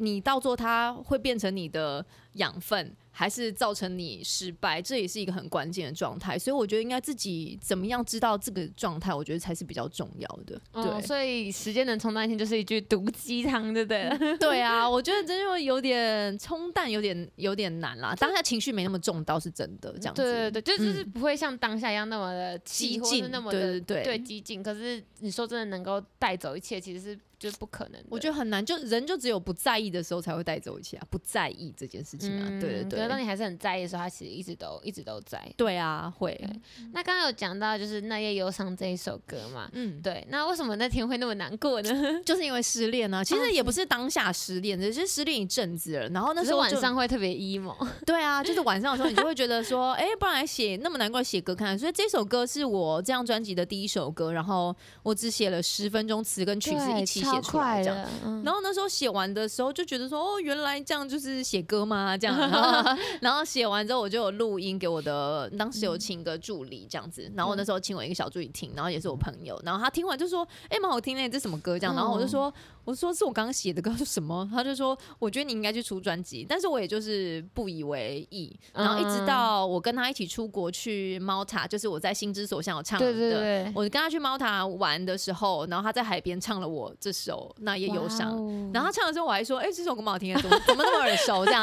Speaker 2: 你到做它会变成你的养分，还是造成你失败，这也是一个很关键的状态。所以我觉得应该自己怎么样知道这个状态，我觉得才是比较重要的。对，
Speaker 1: 哦所以时间能冲淡一切就是一句毒鸡汤，对不对？
Speaker 2: 对啊，我觉得真的有点冲淡，有点有点难啦。当下情绪没那么重，倒是真的这样子。嗯
Speaker 1: 对对对，就就是不会像当下一样那么的
Speaker 2: 激
Speaker 1: 气，或
Speaker 2: 进
Speaker 1: 是那么
Speaker 2: 对
Speaker 1: 的
Speaker 2: 对对
Speaker 1: 激进。可是你说真的能够带走一切，其实是就不可能的。
Speaker 2: 我觉得很难，就人就只有不在意的时候才会带走一切啊，不在意这件事情啊。对
Speaker 1: 可
Speaker 2: 对
Speaker 1: 嗯是当
Speaker 2: 对，
Speaker 1: 你还是很在意的时候，它其实一直都一直都在。
Speaker 2: 对啊，会，
Speaker 1: 那刚刚有讲到就是《那夜忧伤》这一首歌嘛，
Speaker 2: 嗯，
Speaker 1: 对，那为什么那天会那么难过呢？
Speaker 2: 就是因为失恋啊，其
Speaker 1: 哦
Speaker 2: 实也不是当下失恋，只是失恋一阵子了。然后那
Speaker 1: 只
Speaker 2: 时
Speaker 1: 是
Speaker 2: 候
Speaker 1: 晚
Speaker 2: 就
Speaker 1: 上会特别 emo，
Speaker 2: 对啊，就是晚上的时候，你就会觉得说，哎、不然来写那么难过写歌看看。所以这首歌是我这张专辑的第一首歌，然后我只写了十分钟，词 跟曲是一起写出来这样。
Speaker 1: 的。
Speaker 2: 然后那时候写完的时候就觉得说，哦，原来这样就是写歌吗？这 样，然后然后写完之后我就有录音给我的，当时有请一个助理这样
Speaker 1: 嗯
Speaker 2: 子，然后我那时候请我一个小助理听，然后也是我朋友，然后他听完就说，哎、蛮好听的，这什么歌？这样，
Speaker 1: 嗯
Speaker 2: 然后我就说，我说是我刚刚写的歌，他说什么？他就说，我觉得你应该去出专辑，但是我也就是不以为意，然后一直
Speaker 1: 嗯
Speaker 2: 到我跟他一起出国去猫塔，就是我在心之所向有唱的。
Speaker 1: 对对对，
Speaker 2: 我跟他去猫塔玩的时候，然后他在海边唱了我这首《那夜忧
Speaker 1: 哇
Speaker 2: 伤》，
Speaker 1: 哦
Speaker 2: 然后他唱的时候我还说：“哎、这首歌蛮好听的，怎么怎么那么耳熟？”这样，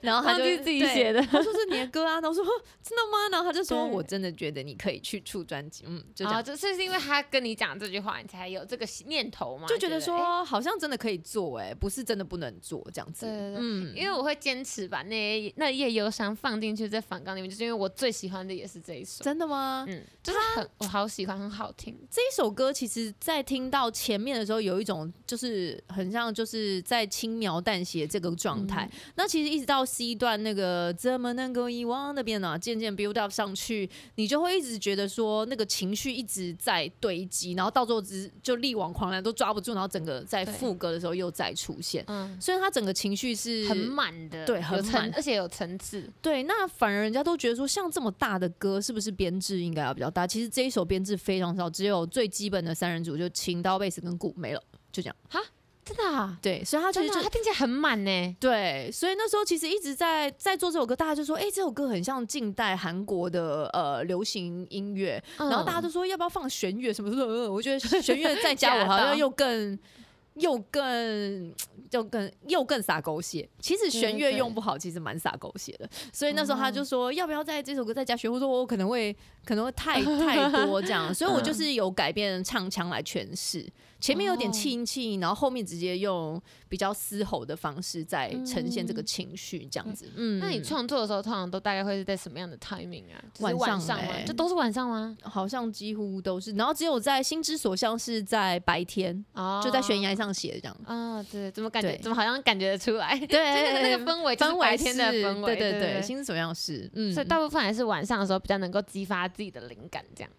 Speaker 2: 然后他
Speaker 1: 忘
Speaker 2: 就
Speaker 1: 记自己写的。
Speaker 2: 他说是你的歌啊，然后我说呵真的吗？然后他就说
Speaker 1: 对
Speaker 2: 我真的觉得你可以去出专辑，嗯，就这
Speaker 1: 啊，
Speaker 2: 样，
Speaker 1: 这是是因为他跟你讲这句话，你才有这个念头嘛？
Speaker 2: 啊就觉得
Speaker 1: 哎
Speaker 2: 说好像真的可以做，哎，不是真的不能做这样子，
Speaker 1: 对对对
Speaker 2: 嗯
Speaker 1: 因为我会坚持把那那夜忧伤放进去在反纲里面，就是因为我最喜欢的也是这一首，
Speaker 2: 真的吗？
Speaker 1: 嗯，就是很我好喜欢，很好听，
Speaker 2: 这一首歌其实，在听到前面的时候，有一种就是很像就是在轻描淡写这个状态。
Speaker 1: 嗯
Speaker 2: 那其实一直到 C 段那个怎么能够遗忘那边呢、渐渐 build up 上去，你就会一直觉得说那个情绪一直在堆积，然后到最后只是就力挽狂澜都抓不住，然后整个在
Speaker 1: 对
Speaker 2: 副歌的时候又再出现。
Speaker 1: 嗯，
Speaker 2: 所以它整个情绪是
Speaker 1: 很满的，
Speaker 2: 对很
Speaker 1: 有层
Speaker 2: 满，
Speaker 1: 而且有层次，
Speaker 2: 对，那反而人家都觉得说，像这么大的歌，是不是编制应该要比较大？其实这一首编制非常少，只有最基本的三人组，就琴、刀、贝斯跟鼓没了，就这样。
Speaker 1: 真的啊，
Speaker 2: 对，所以他其
Speaker 1: 真
Speaker 2: 实
Speaker 1: 的
Speaker 2: 就
Speaker 1: 啊，它听起来很满呢，
Speaker 2: 对，所以那时候其实一直在在做这首歌，大家就说，哎、这首歌很像近代韩国的呃流行音乐，然后大家
Speaker 1: 都
Speaker 2: 都说要不要放弦乐什么什么什么，我觉得弦乐在 家
Speaker 1: 吓
Speaker 2: 我好
Speaker 1: 到
Speaker 2: 像又更。又更又更又更撒狗血，其实弦
Speaker 1: 对
Speaker 2: 乐
Speaker 1: 对
Speaker 2: 用不好，其实蛮撒狗血的。所以那时候他就说，要不要在这首歌再加弦？我说我可能会可能会太太多这样，所以我就是有改变唱腔来诠释，前面有点
Speaker 1: 哦
Speaker 2: 气音气音，然后后面直接用比较嘶吼的方式在呈现这个情绪，这样子。嗯，
Speaker 1: 那你创作的时候，通常都大概会是在什么样的 timing 啊？就是
Speaker 2: 晚上
Speaker 1: 晚上吗？
Speaker 2: 欸
Speaker 1: 就都是晚上吗？
Speaker 2: 好像几乎都是，然后只有在《心之所向》是在白天，
Speaker 1: 哦
Speaker 2: 就在悬崖上写的这样。
Speaker 1: 啊，对，怎么感觉
Speaker 2: 对？
Speaker 1: 怎么好像感觉得出来？
Speaker 2: 对
Speaker 1: 就是那个氛围，就是
Speaker 2: 氛
Speaker 1: 白
Speaker 2: 围
Speaker 1: 天的
Speaker 2: 是
Speaker 1: 氛围，
Speaker 2: 对
Speaker 1: 对
Speaker 2: 对，心之所向是，嗯，
Speaker 1: 所以大部分还是晚上的时候比较能够激发自己的灵感，这样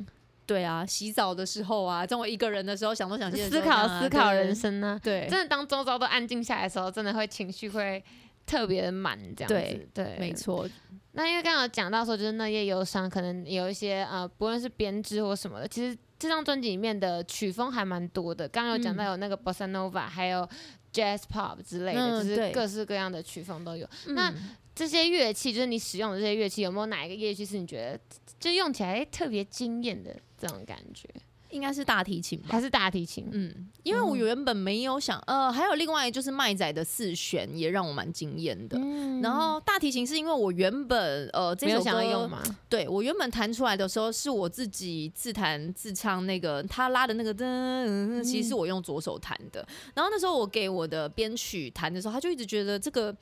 Speaker 2: 对啊，洗澡的时候啊，在我一个人的时候，想都想
Speaker 1: 思考思考人，生呢、
Speaker 2: 对，
Speaker 1: 真的，当周遭都安静下来的时候，真的会情绪会特别满，这样子。
Speaker 2: 对
Speaker 1: 对，
Speaker 2: 没。错，
Speaker 1: 那因为刚好讲到说，就是那夜忧伤，可能有一些呃，不论是编制或什么的，其实这张专辑里面的曲风还蛮多的。刚刚有讲到有那个 bossa nova，还有 jazz pop 之类的，
Speaker 2: 嗯
Speaker 1: 就是
Speaker 2: 对
Speaker 1: 各式各样的曲风都有。那这些乐器，就是你使用的这些乐器，有没有哪一个乐器是你觉得就用起来特别惊艳的这种感觉？
Speaker 2: 应该是大提琴吧。
Speaker 1: 还是大提琴？
Speaker 2: 嗯，因为我原本没有想，呃，还有另外就是麦仔的四弦也让我蛮惊艳的。
Speaker 1: 嗯
Speaker 2: 然后大提琴是因为我原本呃这
Speaker 1: 没
Speaker 2: 首
Speaker 1: 有
Speaker 2: 歌
Speaker 1: 想要用吗？
Speaker 2: 对我原本弹出来的时候是我自己自弹自唱，那个他拉的那个噔，其
Speaker 1: 嗯
Speaker 2: 实是我用左手弹的。然后那时候我给我的编曲弹的时候，他就一直觉得这个。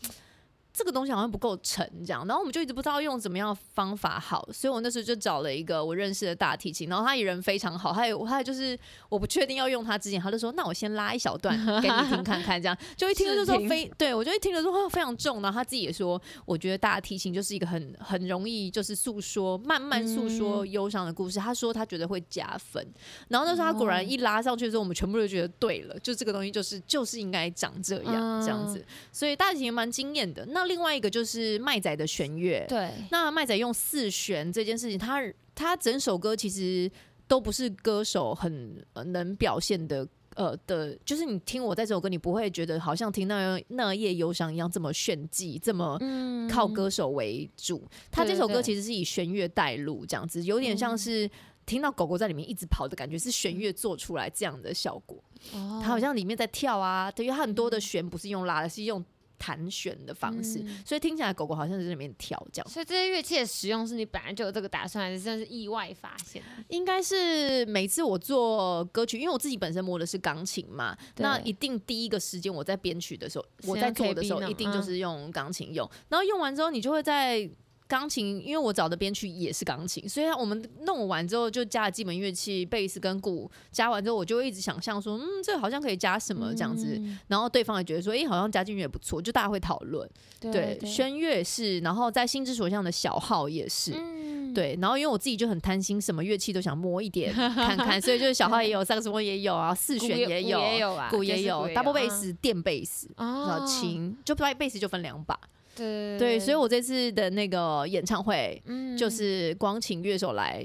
Speaker 2: 这个东西好像不够沉，这样，然后我们就一直不知道用怎么样的方法好，所以我那时候就找了一个我认识的大提琴，然后他也人非常好，他也他也就是我不确定要用他之前，他就说那我先拉一小段给你听看看，这样就一听就说
Speaker 1: 试听
Speaker 2: 非对我就一听就说哇非常重，然后他自己也说我觉得大提琴就是一个很很容易就是诉说，慢慢诉说忧伤的故事。他说他觉得会加分，然后那时候他果然一
Speaker 1: 哦
Speaker 2: 拉上去之后，我们全部都觉得对了，就这个东西就是就是应该长这样、
Speaker 1: 嗯
Speaker 2: 这样子，所以大提琴蛮惊艳的。那另外一个就是麦仔的弦乐，
Speaker 1: 对，
Speaker 2: 那麦仔用四弦这件事情，他他整首歌其实都不是歌手很、呃、能表现的。呃的，就是你听我在这首歌，你不会觉得好像听那那夜忧伤一样这么炫技，这么
Speaker 1: 嗯
Speaker 2: 靠歌手为主。他这首
Speaker 1: 对嗯
Speaker 2: 歌
Speaker 1: 对
Speaker 2: 其实是以弦乐带路，这样子有点像是听到狗狗在里面一直跑的感觉，是弦乐做出来这样的效果。
Speaker 1: 它
Speaker 2: 它好像里面在跳啊，对，因为它很多的弦不是用拉的，是用弹弦的方式，
Speaker 1: 嗯
Speaker 2: 所以听起来狗狗好像在里面跳这样。
Speaker 1: 所以这些乐器的使用是你本来就有这个打算，还是算是意外发现？
Speaker 2: 应该是每次我做歌曲，因为我自己本身摸的是钢琴嘛，
Speaker 1: 对
Speaker 2: 那一定第一个时间我在编曲的时候，
Speaker 1: 是用
Speaker 2: 我在做的时候
Speaker 1: KB 弄
Speaker 2: 一定就是用钢琴用，然后用完之后你就会在。钢琴，因为我找的编曲也是钢琴，所以我们弄完之后就加了基本乐器，贝斯跟鼓。加完之后，我就会一直想象说，嗯，这好像可以加什么这样子。
Speaker 1: 嗯
Speaker 2: 然后对方也觉得说，诶、好像加进去也不错，就大家会讨论。对，宣乐也是，然后在心之所向的小号也是。
Speaker 1: 嗯，
Speaker 2: 对，然后因为我自己就很贪心，什么乐器都想摸一 点看看，所以就是小号也有，萨克斯风也有啊，四
Speaker 1: 鼓
Speaker 2: 弦也有，
Speaker 1: 鼓也有啊，
Speaker 2: 鼓
Speaker 1: 就
Speaker 2: 也
Speaker 1: 是
Speaker 2: 有，double bass、电贝斯。
Speaker 1: 啊，
Speaker 2: 小
Speaker 1: 哦，
Speaker 2: 琴就贝贝斯就分两把，
Speaker 1: 对
Speaker 2: 对，所以我这次的那个演唱会
Speaker 1: 嗯
Speaker 2: 就是光请乐手来，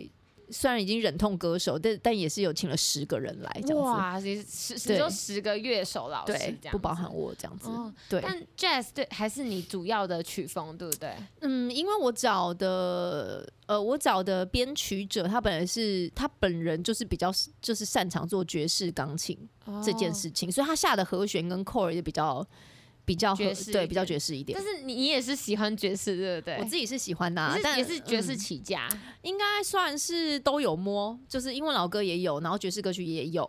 Speaker 2: 虽然已经忍痛歌手，但但也是有请了十个人来这样子，
Speaker 1: 哇，也是十你
Speaker 2: 对
Speaker 1: 说十个乐手老师
Speaker 2: 对
Speaker 1: 这，样，
Speaker 2: 不包含。我这样子
Speaker 1: 哦，
Speaker 2: 对，
Speaker 1: 但 jazz 对还是你主要的曲风，对不对？
Speaker 2: 嗯，因为我找的呃，我找的编曲者，他本来是他本人就是比较就是
Speaker 1: 哦
Speaker 2: 哦擅长做爵士钢琴这件事情，所以他下的和弦跟 chord 也比较比较合
Speaker 1: 爵士一
Speaker 2: 对
Speaker 1: 点
Speaker 2: 比较爵士一点
Speaker 1: 但。是你你也是喜欢爵士，对不对？
Speaker 2: 我自己是喜欢的、啊
Speaker 1: 你，
Speaker 2: 但
Speaker 1: 是也是爵士
Speaker 2: 嗯
Speaker 1: 起家，
Speaker 2: 应该算是都有摸，就是英文老歌也有，然后爵士歌曲也有。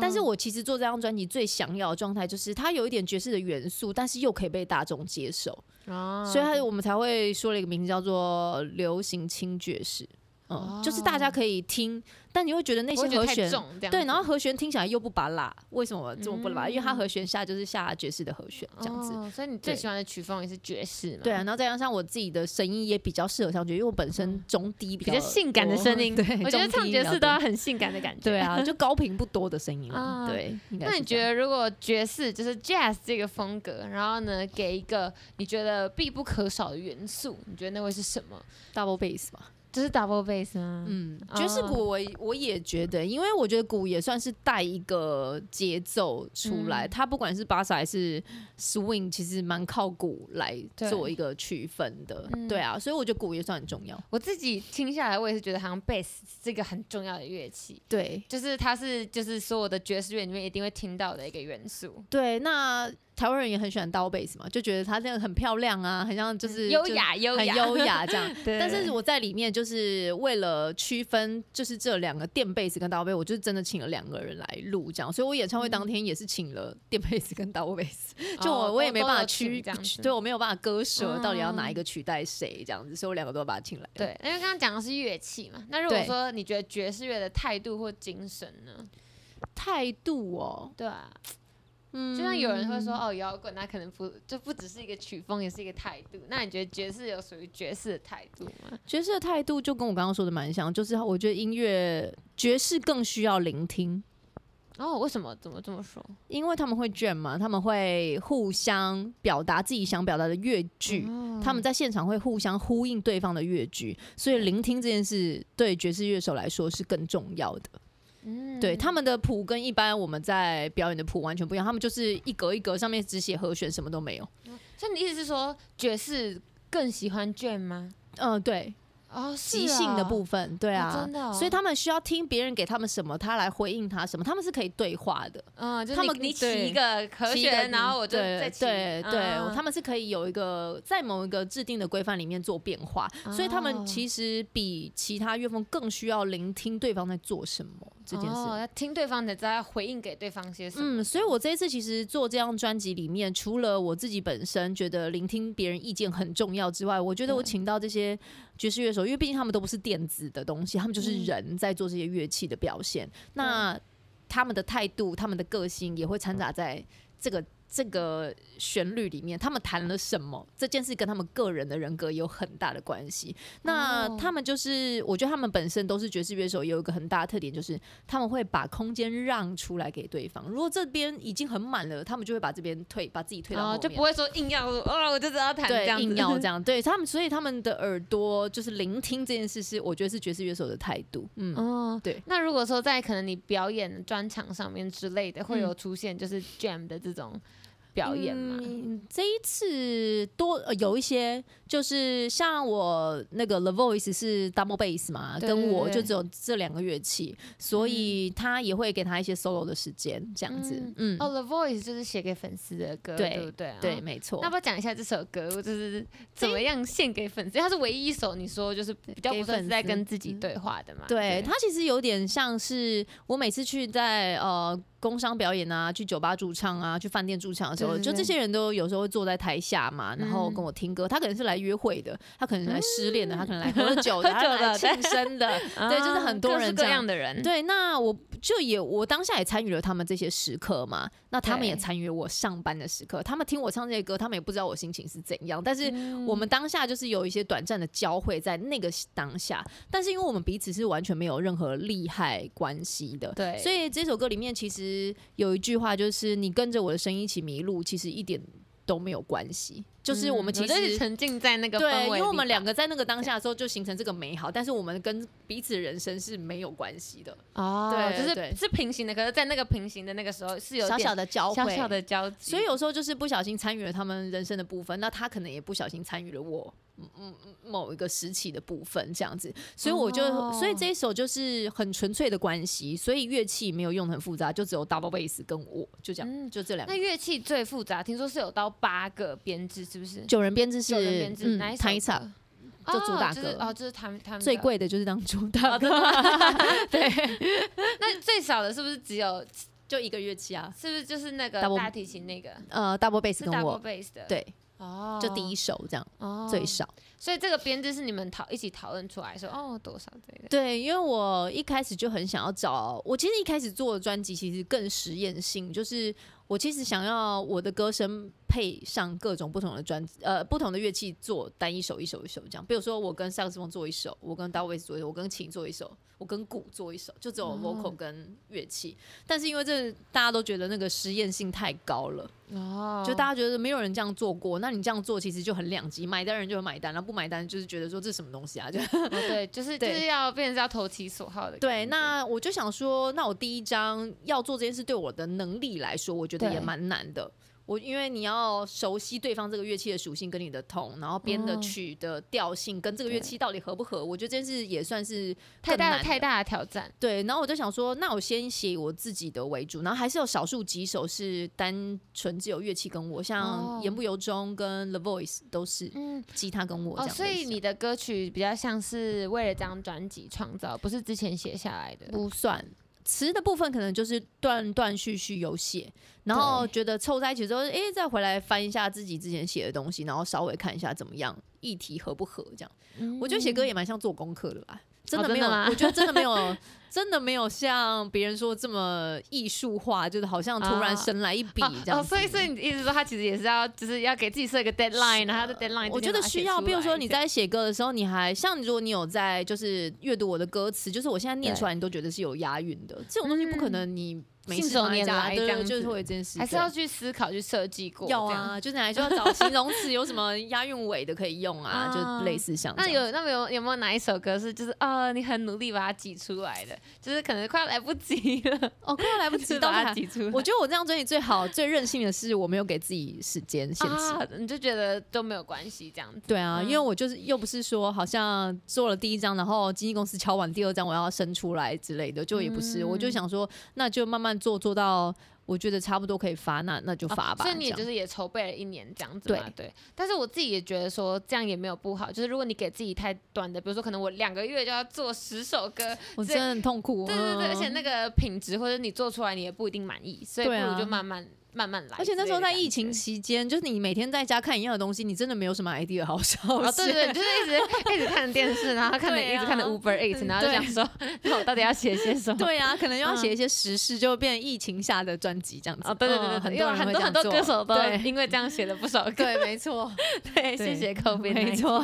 Speaker 2: 但是
Speaker 1: 嗯我
Speaker 2: 我其实做这张专辑最想要的状态就是它有一点爵士的元素，但是又可以被大众接受，
Speaker 1: 嗯哦
Speaker 2: 所以它我们才会说了一个名字叫做流行轻爵士。嗯，
Speaker 1: 哦
Speaker 2: 就是大家可以听，但你会觉得那
Speaker 1: 那
Speaker 2: 些和弦
Speaker 1: 重，这样
Speaker 2: 对，
Speaker 1: 子
Speaker 2: 然后和弦听起来又不拔辣，为什么这么不拔？
Speaker 1: 嗯
Speaker 2: 因为它和弦下就是下爵士的和弦这样子。
Speaker 1: 哦所以你最
Speaker 2: 对
Speaker 1: 喜欢的曲风也是爵士嘛？
Speaker 2: 对啊，然后再加上我自己的声音也比较适合上爵士，因为我本身中低比
Speaker 1: 嗯比
Speaker 2: 较
Speaker 1: 较哦性感的
Speaker 2: 多
Speaker 1: 声音
Speaker 2: 对，，
Speaker 1: 我觉得
Speaker 2: 中低
Speaker 1: 唱爵
Speaker 2: 比较
Speaker 1: 士
Speaker 2: 多
Speaker 1: 都要很性感的感觉。
Speaker 2: 对啊，就高频不多的声音啦。
Speaker 1: 啊
Speaker 2: 对，应该
Speaker 1: 那
Speaker 2: 是
Speaker 1: 你
Speaker 2: 这
Speaker 1: 觉
Speaker 2: 样
Speaker 1: 得如果爵士就是 jazz 这个风格，然后呢，给一个你觉得必不可少的元素，你觉得那会是什么？
Speaker 2: double bass 吧？
Speaker 1: 就是 double bass 吗？
Speaker 2: 嗯，
Speaker 1: 哦
Speaker 2: 爵士鼓我我也觉得，因为我觉得鼓也算是带一个节奏出来，
Speaker 1: 嗯
Speaker 2: 它不管是巴萨还是 swing，其实蛮靠鼓来
Speaker 1: 对
Speaker 2: 做一个区分的。
Speaker 1: 嗯
Speaker 2: 对啊，所以我觉得鼓也算很重要。
Speaker 1: 我自己听下来，我也是觉得好像 bass 这个很重要的乐器，
Speaker 2: 对
Speaker 1: 就是它是就是所有的爵士乐里面一定会听到的一个元素，
Speaker 2: 对，那台湾人也很喜欢 double bass 嘛，就觉得它那个很漂亮啊，很像就是
Speaker 1: 优。雅优
Speaker 2: 就很
Speaker 1: 雅
Speaker 2: 优。雅这样，
Speaker 1: 对
Speaker 2: 但是我在里面就是为了区分，就是这两个电贝斯跟大贝，我就是真的请了两个人来录这样，所以我演唱会当天也是请了电贝斯跟大贝 斯， 就我、
Speaker 1: 嗯哦
Speaker 2: 我也没办
Speaker 1: 都
Speaker 2: 法
Speaker 1: 有请
Speaker 2: 区
Speaker 1: 这样，子
Speaker 2: 对我没有办法割舍
Speaker 1: 嗯
Speaker 2: 到底要哪一个取代谁这样子，所以我两个都要把它请来。
Speaker 1: 对，因为刚刚讲的是乐器嘛，那如果
Speaker 2: 对
Speaker 1: 说你觉得爵士乐的态度或精神呢？
Speaker 2: 态度哦，
Speaker 1: 对啊，
Speaker 2: 嗯
Speaker 1: 就像有人会说哦，摇滚那可能不就不只是一个曲风，也是一个态度。那你觉得爵士有属于爵士的态度吗？
Speaker 2: 爵士的态度就跟我刚刚说的蛮像，就是我觉得音乐爵士更需要聆听。
Speaker 1: 哦，为什么？怎么这么说？
Speaker 2: 因为他们会卷嘛，他们会互相表达自己想表达的乐句，
Speaker 1: 哦嗯
Speaker 2: 他们在现场会互相呼应对方的乐句，所以聆听这件事对爵士乐手来说是更重要的。
Speaker 1: 嗯
Speaker 2: 对他们的谱跟一般我们在表演的谱完全不一样，他们就是一格一格上面只写和弦，什么都没有。
Speaker 1: 所以你意思是说爵士更喜欢卷吗？
Speaker 2: 嗯，对，
Speaker 1: 哦，是
Speaker 2: 即兴的部
Speaker 1: 分，
Speaker 2: 分，对啊，
Speaker 1: 哦真的哦
Speaker 2: 所以他们需要听别人给他们什么，他来回应他什么，他们是可以对话的。
Speaker 1: 嗯，就是
Speaker 2: 他
Speaker 1: 你
Speaker 2: 们
Speaker 1: 你
Speaker 2: 对
Speaker 1: 起一个和
Speaker 2: 起一个
Speaker 1: 弦，然后我就
Speaker 2: 对
Speaker 1: 再起
Speaker 2: 对对，
Speaker 1: 嗯
Speaker 2: 他们是可以有一个在某一个制定的规范里面做变化，所以他
Speaker 1: 哦
Speaker 2: 们其实比其他乐风更需要聆听对方在做什么这件事。
Speaker 1: 哦要听对方的，再回应给对方些什么。
Speaker 2: 嗯，所以我这一次其实做这张专辑里面，除了我自己本身觉得聆听别人意见很重要之外，我觉得我
Speaker 1: 对
Speaker 2: 请到这些爵士乐手，因为毕竟他们都不是电子的东西，他们就是
Speaker 1: 嗯
Speaker 2: 人在做这些乐器的表现。那他们的态度、他们的个性也会掺杂在这个这个旋律里面。他们谈了什么这件事，跟他们个人的人格有很大的关系。那
Speaker 1: 哦
Speaker 2: 他们就是，我觉得他们本身都是爵士乐手，有一个很大的特点就是他们会把空间让出来给对方。如果这边已经很满了，他们就会把这边退，把自己退
Speaker 1: 然
Speaker 2: 到
Speaker 1: 后
Speaker 2: 后
Speaker 1: 哦就
Speaker 2: 面。
Speaker 1: 不会说硬要说哦，我就知道弹这
Speaker 2: 对
Speaker 1: 样，子，
Speaker 2: 硬要这样，对他们，所以他们的耳朵就是聆听这件事是，我觉得是爵士乐手的态度。嗯，
Speaker 1: 哦，
Speaker 2: 对。
Speaker 1: 那如果说在可能你表演专场上面之类的，会
Speaker 2: 嗯
Speaker 1: 有出现就是 jam 的这种表演吗？
Speaker 2: 嗯、这一次多、呃、有一些，就是像我那个 The Voice 是 double bass 嘛，
Speaker 1: 对
Speaker 2: 跟我
Speaker 1: 对对
Speaker 2: 就只有这两个乐器，所以他也会给他一些 solo 的时间，这样子。嗯，
Speaker 1: 哦、t h e Voice 就是写给粉丝的歌，
Speaker 2: 对
Speaker 1: 对不对？
Speaker 2: 对，
Speaker 1: 哦。
Speaker 2: 没错
Speaker 1: 那。不要讲一下这首歌，我就是怎么样献给粉丝？因为它是唯一一首你说就是比较
Speaker 2: 给
Speaker 1: 不算
Speaker 2: 粉
Speaker 1: 是在
Speaker 2: 丝
Speaker 1: 跟自己
Speaker 2: 嗯
Speaker 1: 对话的嘛。
Speaker 2: 对，它其实有点像是我每次去在呃工商表演啊，去酒吧驻唱啊，去饭店驻唱的时候，
Speaker 1: 对对
Speaker 2: 就
Speaker 1: 对嗯
Speaker 2: 这些人都有时候会坐在台下嘛，然后跟我听歌。他可能是来约会的，他可能是来失恋的，他可能来喝酒的，
Speaker 1: 嗯喝
Speaker 2: 他
Speaker 1: 酒
Speaker 2: 可能来
Speaker 1: 的对
Speaker 2: 庆生的，
Speaker 1: 啊
Speaker 2: 对就是很多
Speaker 1: 各式
Speaker 2: 人
Speaker 1: 各
Speaker 2: 这样
Speaker 1: 样的人，
Speaker 2: 对，那我就也我当下也参与了他们这些时刻嘛，那他们
Speaker 1: 对
Speaker 2: 也参与我上班的时刻，他们听我唱这些歌，他们也不知道我心情是怎样，但是
Speaker 1: 嗯
Speaker 2: 我们当下就是有一些短暂的交汇在那个当下，但是因为我们彼此是完全没有任何利害关系的，
Speaker 1: 对
Speaker 2: 所以这首歌里面其实有一句话就是你跟着我的声音一起迷路，其实一点都没有关系，就是我们其
Speaker 1: 我嗯就是
Speaker 2: 实。
Speaker 1: 沉浸在那个氛围
Speaker 2: 对，
Speaker 1: 里
Speaker 2: 因
Speaker 1: 吧，
Speaker 2: 为我们两个在那个当下的时候就形成这个美好，但是我们跟彼此人生是没有关系的，
Speaker 1: 哦，
Speaker 2: 对
Speaker 1: 就是
Speaker 2: 对
Speaker 1: 是平行的，可是在那个平行的那个时候是有
Speaker 2: 小
Speaker 1: 点
Speaker 2: 小的交汇，
Speaker 1: 小小的交集，
Speaker 2: 所以有时候就是不小心参与了他们人生的部分，那他可能也不小心参与了我嗯嗯嗯某一个时期的部分，这样子。所以我就，
Speaker 1: 哦
Speaker 2: 所以这一首就是很纯粹的关系，所以乐器没有用得很复杂，就只有 double bass 跟我就这样，
Speaker 1: 嗯
Speaker 2: 就这两
Speaker 1: 那
Speaker 2: 个。
Speaker 1: 乐器最复杂，听说是有到八个编制，是不是？
Speaker 2: 九人编制是
Speaker 1: 九人编制
Speaker 2: 嗯
Speaker 1: 哪一首
Speaker 2: 弹一
Speaker 1: 歌
Speaker 2: 场就主打
Speaker 1: 哦就是
Speaker 2: 歌
Speaker 1: 哦，就是他们他们
Speaker 2: 最
Speaker 1: 的。
Speaker 2: 贵的就是当主打歌，
Speaker 1: 那最少的是不是只有？
Speaker 2: 就一个乐器啊，
Speaker 1: 是不是就是那个
Speaker 2: Double-
Speaker 1: 大提琴那个？
Speaker 2: 呃，double bass
Speaker 1: 是
Speaker 2: 跟
Speaker 1: double
Speaker 2: 我
Speaker 1: bass 的。，
Speaker 2: 对，
Speaker 1: 哦，
Speaker 2: 就第一首这样
Speaker 1: 哦
Speaker 2: 最。少。
Speaker 1: 所以这个编制是你们讨一起讨论出来说哦多少之类的。
Speaker 2: 对，因为我一开始就很想要找，我其实一开始做的专辑其实更实验性，就是我其实想要我的歌声配上各种不同的专呃不同的乐器做单一首一首一首这样，比如说我跟萨克斯风做一首，我跟大卫做一首，我跟琴做一首，我跟鼓做一首，就只有 vocal 跟乐器。但是因为这大家都觉得那个实验性太高了，
Speaker 1: 哦
Speaker 2: 就大家觉得没有人这样做过，那你这样做其实就很两极，买单人就会买单，然后不买单就是觉得说这是什么东西啊，就
Speaker 1: 哦对， 就是就
Speaker 2: 对
Speaker 1: 是要变成是要投其所好的感觉。
Speaker 2: 对，那我就想说，那我第一章要做这件事，对我的能力来说，我觉得
Speaker 1: 对
Speaker 2: 也蛮难的。我因为你要熟悉对方这个乐器的属性跟你的痛，然后编的
Speaker 1: 哦
Speaker 2: 曲的调性跟这个乐
Speaker 1: 对
Speaker 2: 器到底合不合，我觉得这件事也算是
Speaker 1: 太大
Speaker 2: 更
Speaker 1: 的
Speaker 2: 难
Speaker 1: 太大的挑战。
Speaker 2: 对，然后我就想说，那我先写以我自己的为主，然后还是有少数几首是单纯只有乐器跟我，像
Speaker 1: 哦
Speaker 2: 《言不由衷》跟《The Voice》都是
Speaker 1: 嗯，
Speaker 2: 吉他跟我这
Speaker 1: 哦，
Speaker 2: 样类型。
Speaker 1: 所以你的歌曲比较像是为了这张专辑创造，不是之前写下来的。
Speaker 2: 不算。词的部分可能就是断断续续有写，然后
Speaker 1: 对
Speaker 2: 觉得凑在一起之后，诶，再回来翻一下自己之前写的东西，然后稍微看一下怎么样，议题合不合这样。
Speaker 1: 嗯
Speaker 2: 我觉得写歌也蛮像做功课的啦，真的
Speaker 1: 哦真的
Speaker 2: 没有，
Speaker 1: 吗
Speaker 2: 我觉得真的没有， 真的没有像别人说这么艺术化，就是好像突然生来一笔这
Speaker 1: 啊哦
Speaker 2: 样
Speaker 1: 哦，
Speaker 2: 子。
Speaker 1: 所以所以你的意思说，他其实也是要，就是要给自己设一个 deadline，然后在 deadline
Speaker 2: 啊我觉得需要，
Speaker 1: 比
Speaker 2: 比如说你在写歌的时候，你还像如果你有在就是阅读我的歌词，就是我现在念出来，你都觉得是有押韵的，这种东西不可能你没
Speaker 1: 嗯信
Speaker 2: 事
Speaker 1: 手
Speaker 2: 放在
Speaker 1: 拈
Speaker 2: 家
Speaker 1: 来
Speaker 2: 对
Speaker 1: 这
Speaker 2: 对，
Speaker 1: 样
Speaker 2: 就是
Speaker 1: 子
Speaker 2: 会有这件事，
Speaker 1: 还是
Speaker 2: 对
Speaker 1: 要去思考、去设计过。
Speaker 2: 要
Speaker 1: 这样。
Speaker 2: 啊，就是你还是要找形容词，有什么押韵尾的可以用啊，
Speaker 1: 啊
Speaker 2: 就类似像
Speaker 1: 那
Speaker 2: 这样
Speaker 1: 有那么有有没有哪一首歌是就是呃你很努力把它挤出来的，就是可能快要来不及了，
Speaker 2: 哦，快要来 不
Speaker 1: 就
Speaker 2: 及
Speaker 1: 是
Speaker 2: 到
Speaker 1: 把它
Speaker 2: 了。
Speaker 1: 挤出来。
Speaker 2: 我觉得我这张专辑最好、最任性的是，我没有给自己时间限制。
Speaker 1: 啊，你就觉得都没有关系这样子。
Speaker 2: 对啊，
Speaker 1: 嗯
Speaker 2: 因为我就是又不是说好像做了第一张，然后经纪公司敲完第二张我要生出来之类的，就也不是，
Speaker 1: 嗯
Speaker 2: 我就想说那就慢慢做，做到我觉得差不多可以发，那那就发吧。
Speaker 1: 哦啊所以你也
Speaker 2: 这
Speaker 1: 就
Speaker 2: 样
Speaker 1: 是也筹备了一年这样子嘛，对。但是我自己也觉得说这样也没有不好，就是如果你给自己太短的，比如说可能我两个月就要做十首歌，
Speaker 2: 我真的很痛苦。
Speaker 1: 对对对，
Speaker 2: 嗯
Speaker 1: 而且那个品质或者你做出来你也不一定满意，所以不
Speaker 2: 对啊
Speaker 1: 如就慢慢、慢慢来
Speaker 2: 而
Speaker 1: 之
Speaker 2: 且
Speaker 1: 类的感觉。
Speaker 2: 那时候在疫情期间，就是你每天在家看一样的东西，你真的没有什么 idea 好消
Speaker 1: 哦，
Speaker 2: 息。
Speaker 1: 对对，对就是一直 一直看电视，然后看的、
Speaker 2: 对啊
Speaker 1: 一直看的 Uber Eats，
Speaker 2: 嗯
Speaker 1: 然后就想说，那我到底要写些 什么？
Speaker 2: 对啊，可能要
Speaker 1: 嗯
Speaker 2: 写一些时事，就变疫情下的专辑这样子。
Speaker 1: 哦，对对对对，
Speaker 2: 嗯很
Speaker 1: 因为
Speaker 2: 多人
Speaker 1: 很
Speaker 2: 会
Speaker 1: 多
Speaker 2: 这
Speaker 1: 很
Speaker 2: 样
Speaker 1: 多
Speaker 2: 做
Speaker 1: 歌手都
Speaker 2: 对
Speaker 1: 因为这样写了不少歌。
Speaker 2: 对，没错，
Speaker 1: 对，谢谢 COVID，
Speaker 2: 没错。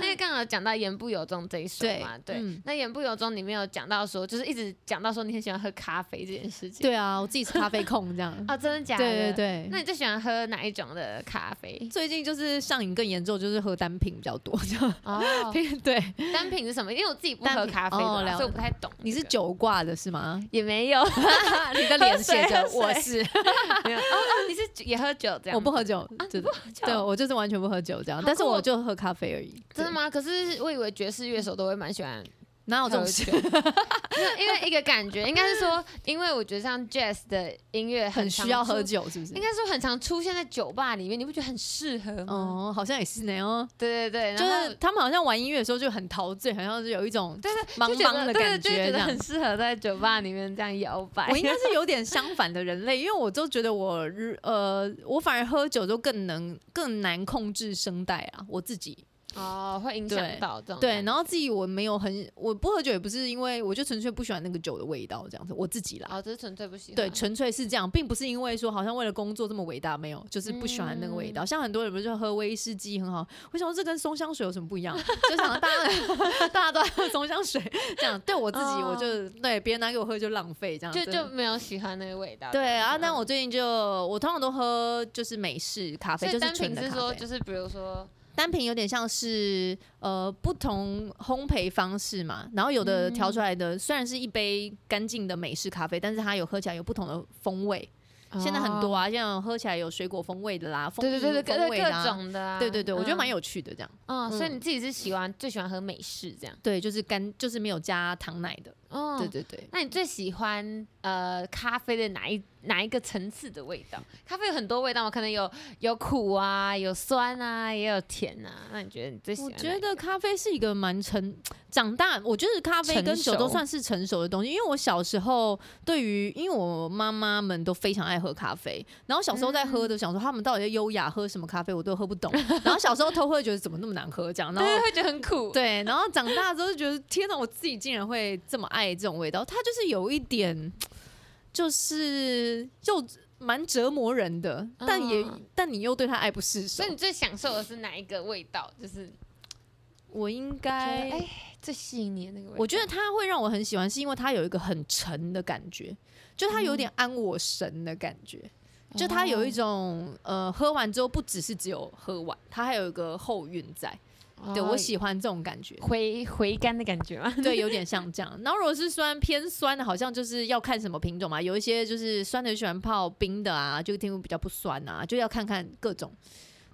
Speaker 1: 那个刚好讲到言不由衷这一首
Speaker 2: 对
Speaker 1: 嘛，对，
Speaker 2: 嗯
Speaker 1: 那言不由衷里面有讲到说，就是一直讲到说你很喜欢喝咖啡这件事情。
Speaker 2: 对啊，我自己是咖啡控这 样。
Speaker 1: 啊，真的假的？
Speaker 2: 对对。对。？
Speaker 1: 那你最喜欢喝哪一种的咖啡
Speaker 2: 最近就是上瘾更严重，就是喝单品比较多。这样
Speaker 1: 哦，
Speaker 2: 对，
Speaker 1: 单品是什么？因为我自己不
Speaker 2: 单
Speaker 1: 喝
Speaker 2: 品
Speaker 1: 咖啡的
Speaker 2: 哦
Speaker 1: 啦，
Speaker 2: 了
Speaker 1: 所以我不太懂这个。
Speaker 2: 你是酒挂的是吗？
Speaker 1: 也没 有，哦
Speaker 2: 啊你的脸写着
Speaker 1: 喝水
Speaker 2: 我是，
Speaker 1: 哦，你是酒也喝酒这样？
Speaker 2: 我啊不喝，酒，对的
Speaker 1: 酒
Speaker 2: 对，我就是完全不喝酒这样
Speaker 1: 好，
Speaker 2: 但是
Speaker 1: 酷
Speaker 2: 我
Speaker 1: 哦
Speaker 2: 就喝咖啡而已。
Speaker 1: 真的
Speaker 2: 对？
Speaker 1: 吗？可是我以为爵士乐手都会蛮喜欢
Speaker 2: 哪有这种
Speaker 1: 喝
Speaker 2: 事？
Speaker 1: 因为因为一个感觉，应该是说，因为我觉得像 jazz 的音乐
Speaker 2: 很
Speaker 1: 常
Speaker 2: 需要喝
Speaker 1: 出，
Speaker 2: 酒是不是
Speaker 1: 应？该说很常出现在酒吧里面，你不觉得很适合吗？
Speaker 2: 哦，好像也是呢哦，
Speaker 1: 对对对，
Speaker 2: 就
Speaker 1: 然后
Speaker 2: 是他们好像玩音乐的时候就很陶醉，好像是有一种
Speaker 1: 对
Speaker 2: 茫
Speaker 1: 就觉
Speaker 2: 茫
Speaker 1: 得
Speaker 2: 的
Speaker 1: 对
Speaker 2: 感
Speaker 1: 就觉
Speaker 2: 觉这
Speaker 1: 得
Speaker 2: 样
Speaker 1: 很。适合在酒吧里面这样摇摆
Speaker 2: 我。应该是有点相反的人类，因为我都觉得我呃，我反而喝酒就更能更难控制声带啊，我自己。
Speaker 1: 哦，会影
Speaker 2: 对
Speaker 1: 响到这种
Speaker 2: 对，
Speaker 1: 感
Speaker 2: 然后自己我没有很，我不喝酒也不是因为，我就纯粹不喜欢那个酒的味道这样子，我自己
Speaker 1: 觉
Speaker 2: 啦。
Speaker 1: 哦，这是纯粹不喜欢
Speaker 2: 对，纯粹是这样，并不是因为说好像为了工作这么伟大，没有，就是不喜欢那个味 道。像很多人不是说喝威士忌很好，我想说这跟松香水有什么不一 样？就想大家 大家都在喝松香水，这样对我自己，
Speaker 1: 哦
Speaker 2: 我就对别人拿给我喝就浪费这样，
Speaker 1: 就
Speaker 2: 真的
Speaker 1: 就没有喜欢那个味道。
Speaker 2: 对啊。那
Speaker 1: 嗯
Speaker 2: 我最近就我通常都喝就是美式咖
Speaker 1: 所
Speaker 2: 啡，
Speaker 1: 以
Speaker 2: 就
Speaker 1: 单
Speaker 2: 是纯
Speaker 1: 品
Speaker 2: 的
Speaker 1: 是
Speaker 2: 咖
Speaker 1: 说，
Speaker 2: 啡
Speaker 1: 就是比如说，
Speaker 2: 单品有点像是呃不同烘焙方式嘛，然后有的调
Speaker 1: 嗯
Speaker 2: 出来的、虽然是一杯干净的美式咖啡，但是它有喝起来有不同的风味。现在很多
Speaker 1: 啊，
Speaker 2: 啊，现在有喝起来有水果风味的啦，蜂
Speaker 1: 对
Speaker 2: 蜜
Speaker 1: 对对对，
Speaker 2: 风
Speaker 1: 各
Speaker 2: 味的
Speaker 1: 各
Speaker 2: 啊。
Speaker 1: 种的啊，
Speaker 2: 对对对，我觉得蛮
Speaker 1: 有。
Speaker 2: 有趣的这样。
Speaker 1: 嗯，所以
Speaker 2: 嗯
Speaker 1: 你自己是喜欢最喜欢喝美式这样？
Speaker 2: 对，就是干，就是没有加糖奶的。
Speaker 1: 哦
Speaker 2: 对对对，
Speaker 1: 那你最喜欢呃咖啡的哪一哪一个层次的味道？咖啡有很多味道嘛，可能有有苦啊，有酸啊，也有甜啊。那你觉得你最喜
Speaker 2: 我
Speaker 1: 欢哪一个？
Speaker 2: 觉得咖啡是一个蛮成长大，我觉得咖啡跟酒
Speaker 1: 成熟
Speaker 2: 都算是成熟的东西。因为我小时候对于，因为我妈妈们都非常爱喝咖啡，然后小时候在
Speaker 1: 嗯
Speaker 2: 喝的，想说他们到底在优雅喝什么咖啡，我都喝不懂。然后小时候偷喝，觉得怎么那么难喝这样，然 后
Speaker 1: 对，会觉得很苦。
Speaker 2: 对，然后长大之后就觉得，天哪，我自己竟然会这么爱这种味道，它就是有一点，就是又蛮折磨人的，但也、
Speaker 1: 嗯
Speaker 2: 但你又对它爱不释手
Speaker 1: 所以。你最享受的是哪一个味道？就是
Speaker 2: 我应
Speaker 1: 哎
Speaker 2: 该，
Speaker 1: 哎，最吸引你的那个味道。，
Speaker 2: 我觉得它会让我很喜欢，是因为它有一个很沉的感觉，就它有点安我神的感觉，就它有一种呃，喝完之后不只是只有喝完，它还有一个后韵在。对我喜欢这种感觉
Speaker 1: 回回甘的感觉嘛。
Speaker 2: 对，有点像这样。然后如果是酸偏酸的，好像就是要看什么品种嘛，有一些就是酸的就喜欢泡冰的啊，就听过比较不酸啊，就要看看各种。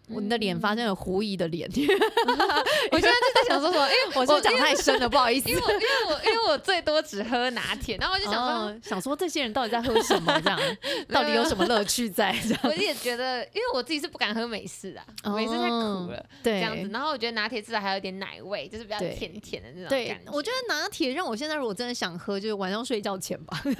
Speaker 2: 我你的脸发生了狐疑的脸，
Speaker 1: 我现在就在想说什么，因为
Speaker 2: 哎我是不是讲太深了，不好意思
Speaker 1: 因。为我因为我因为我最多只喝拿铁，然后我就想说，
Speaker 2: 哦想说这些人到底在喝什么？这样到底有什么乐趣在？这样
Speaker 1: 我也觉得，因为我自己是不敢喝美式的啊、
Speaker 2: 哦
Speaker 1: 美式太苦了， 这
Speaker 2: 对
Speaker 1: 样子。然后我觉得拿铁至少还有点奶味，就是比较
Speaker 2: 对
Speaker 1: 甜甜的那种
Speaker 2: 对
Speaker 1: 感，
Speaker 2: 我觉得拿铁让我现在如果真的想喝，就是晚上睡觉前吧，
Speaker 1: 得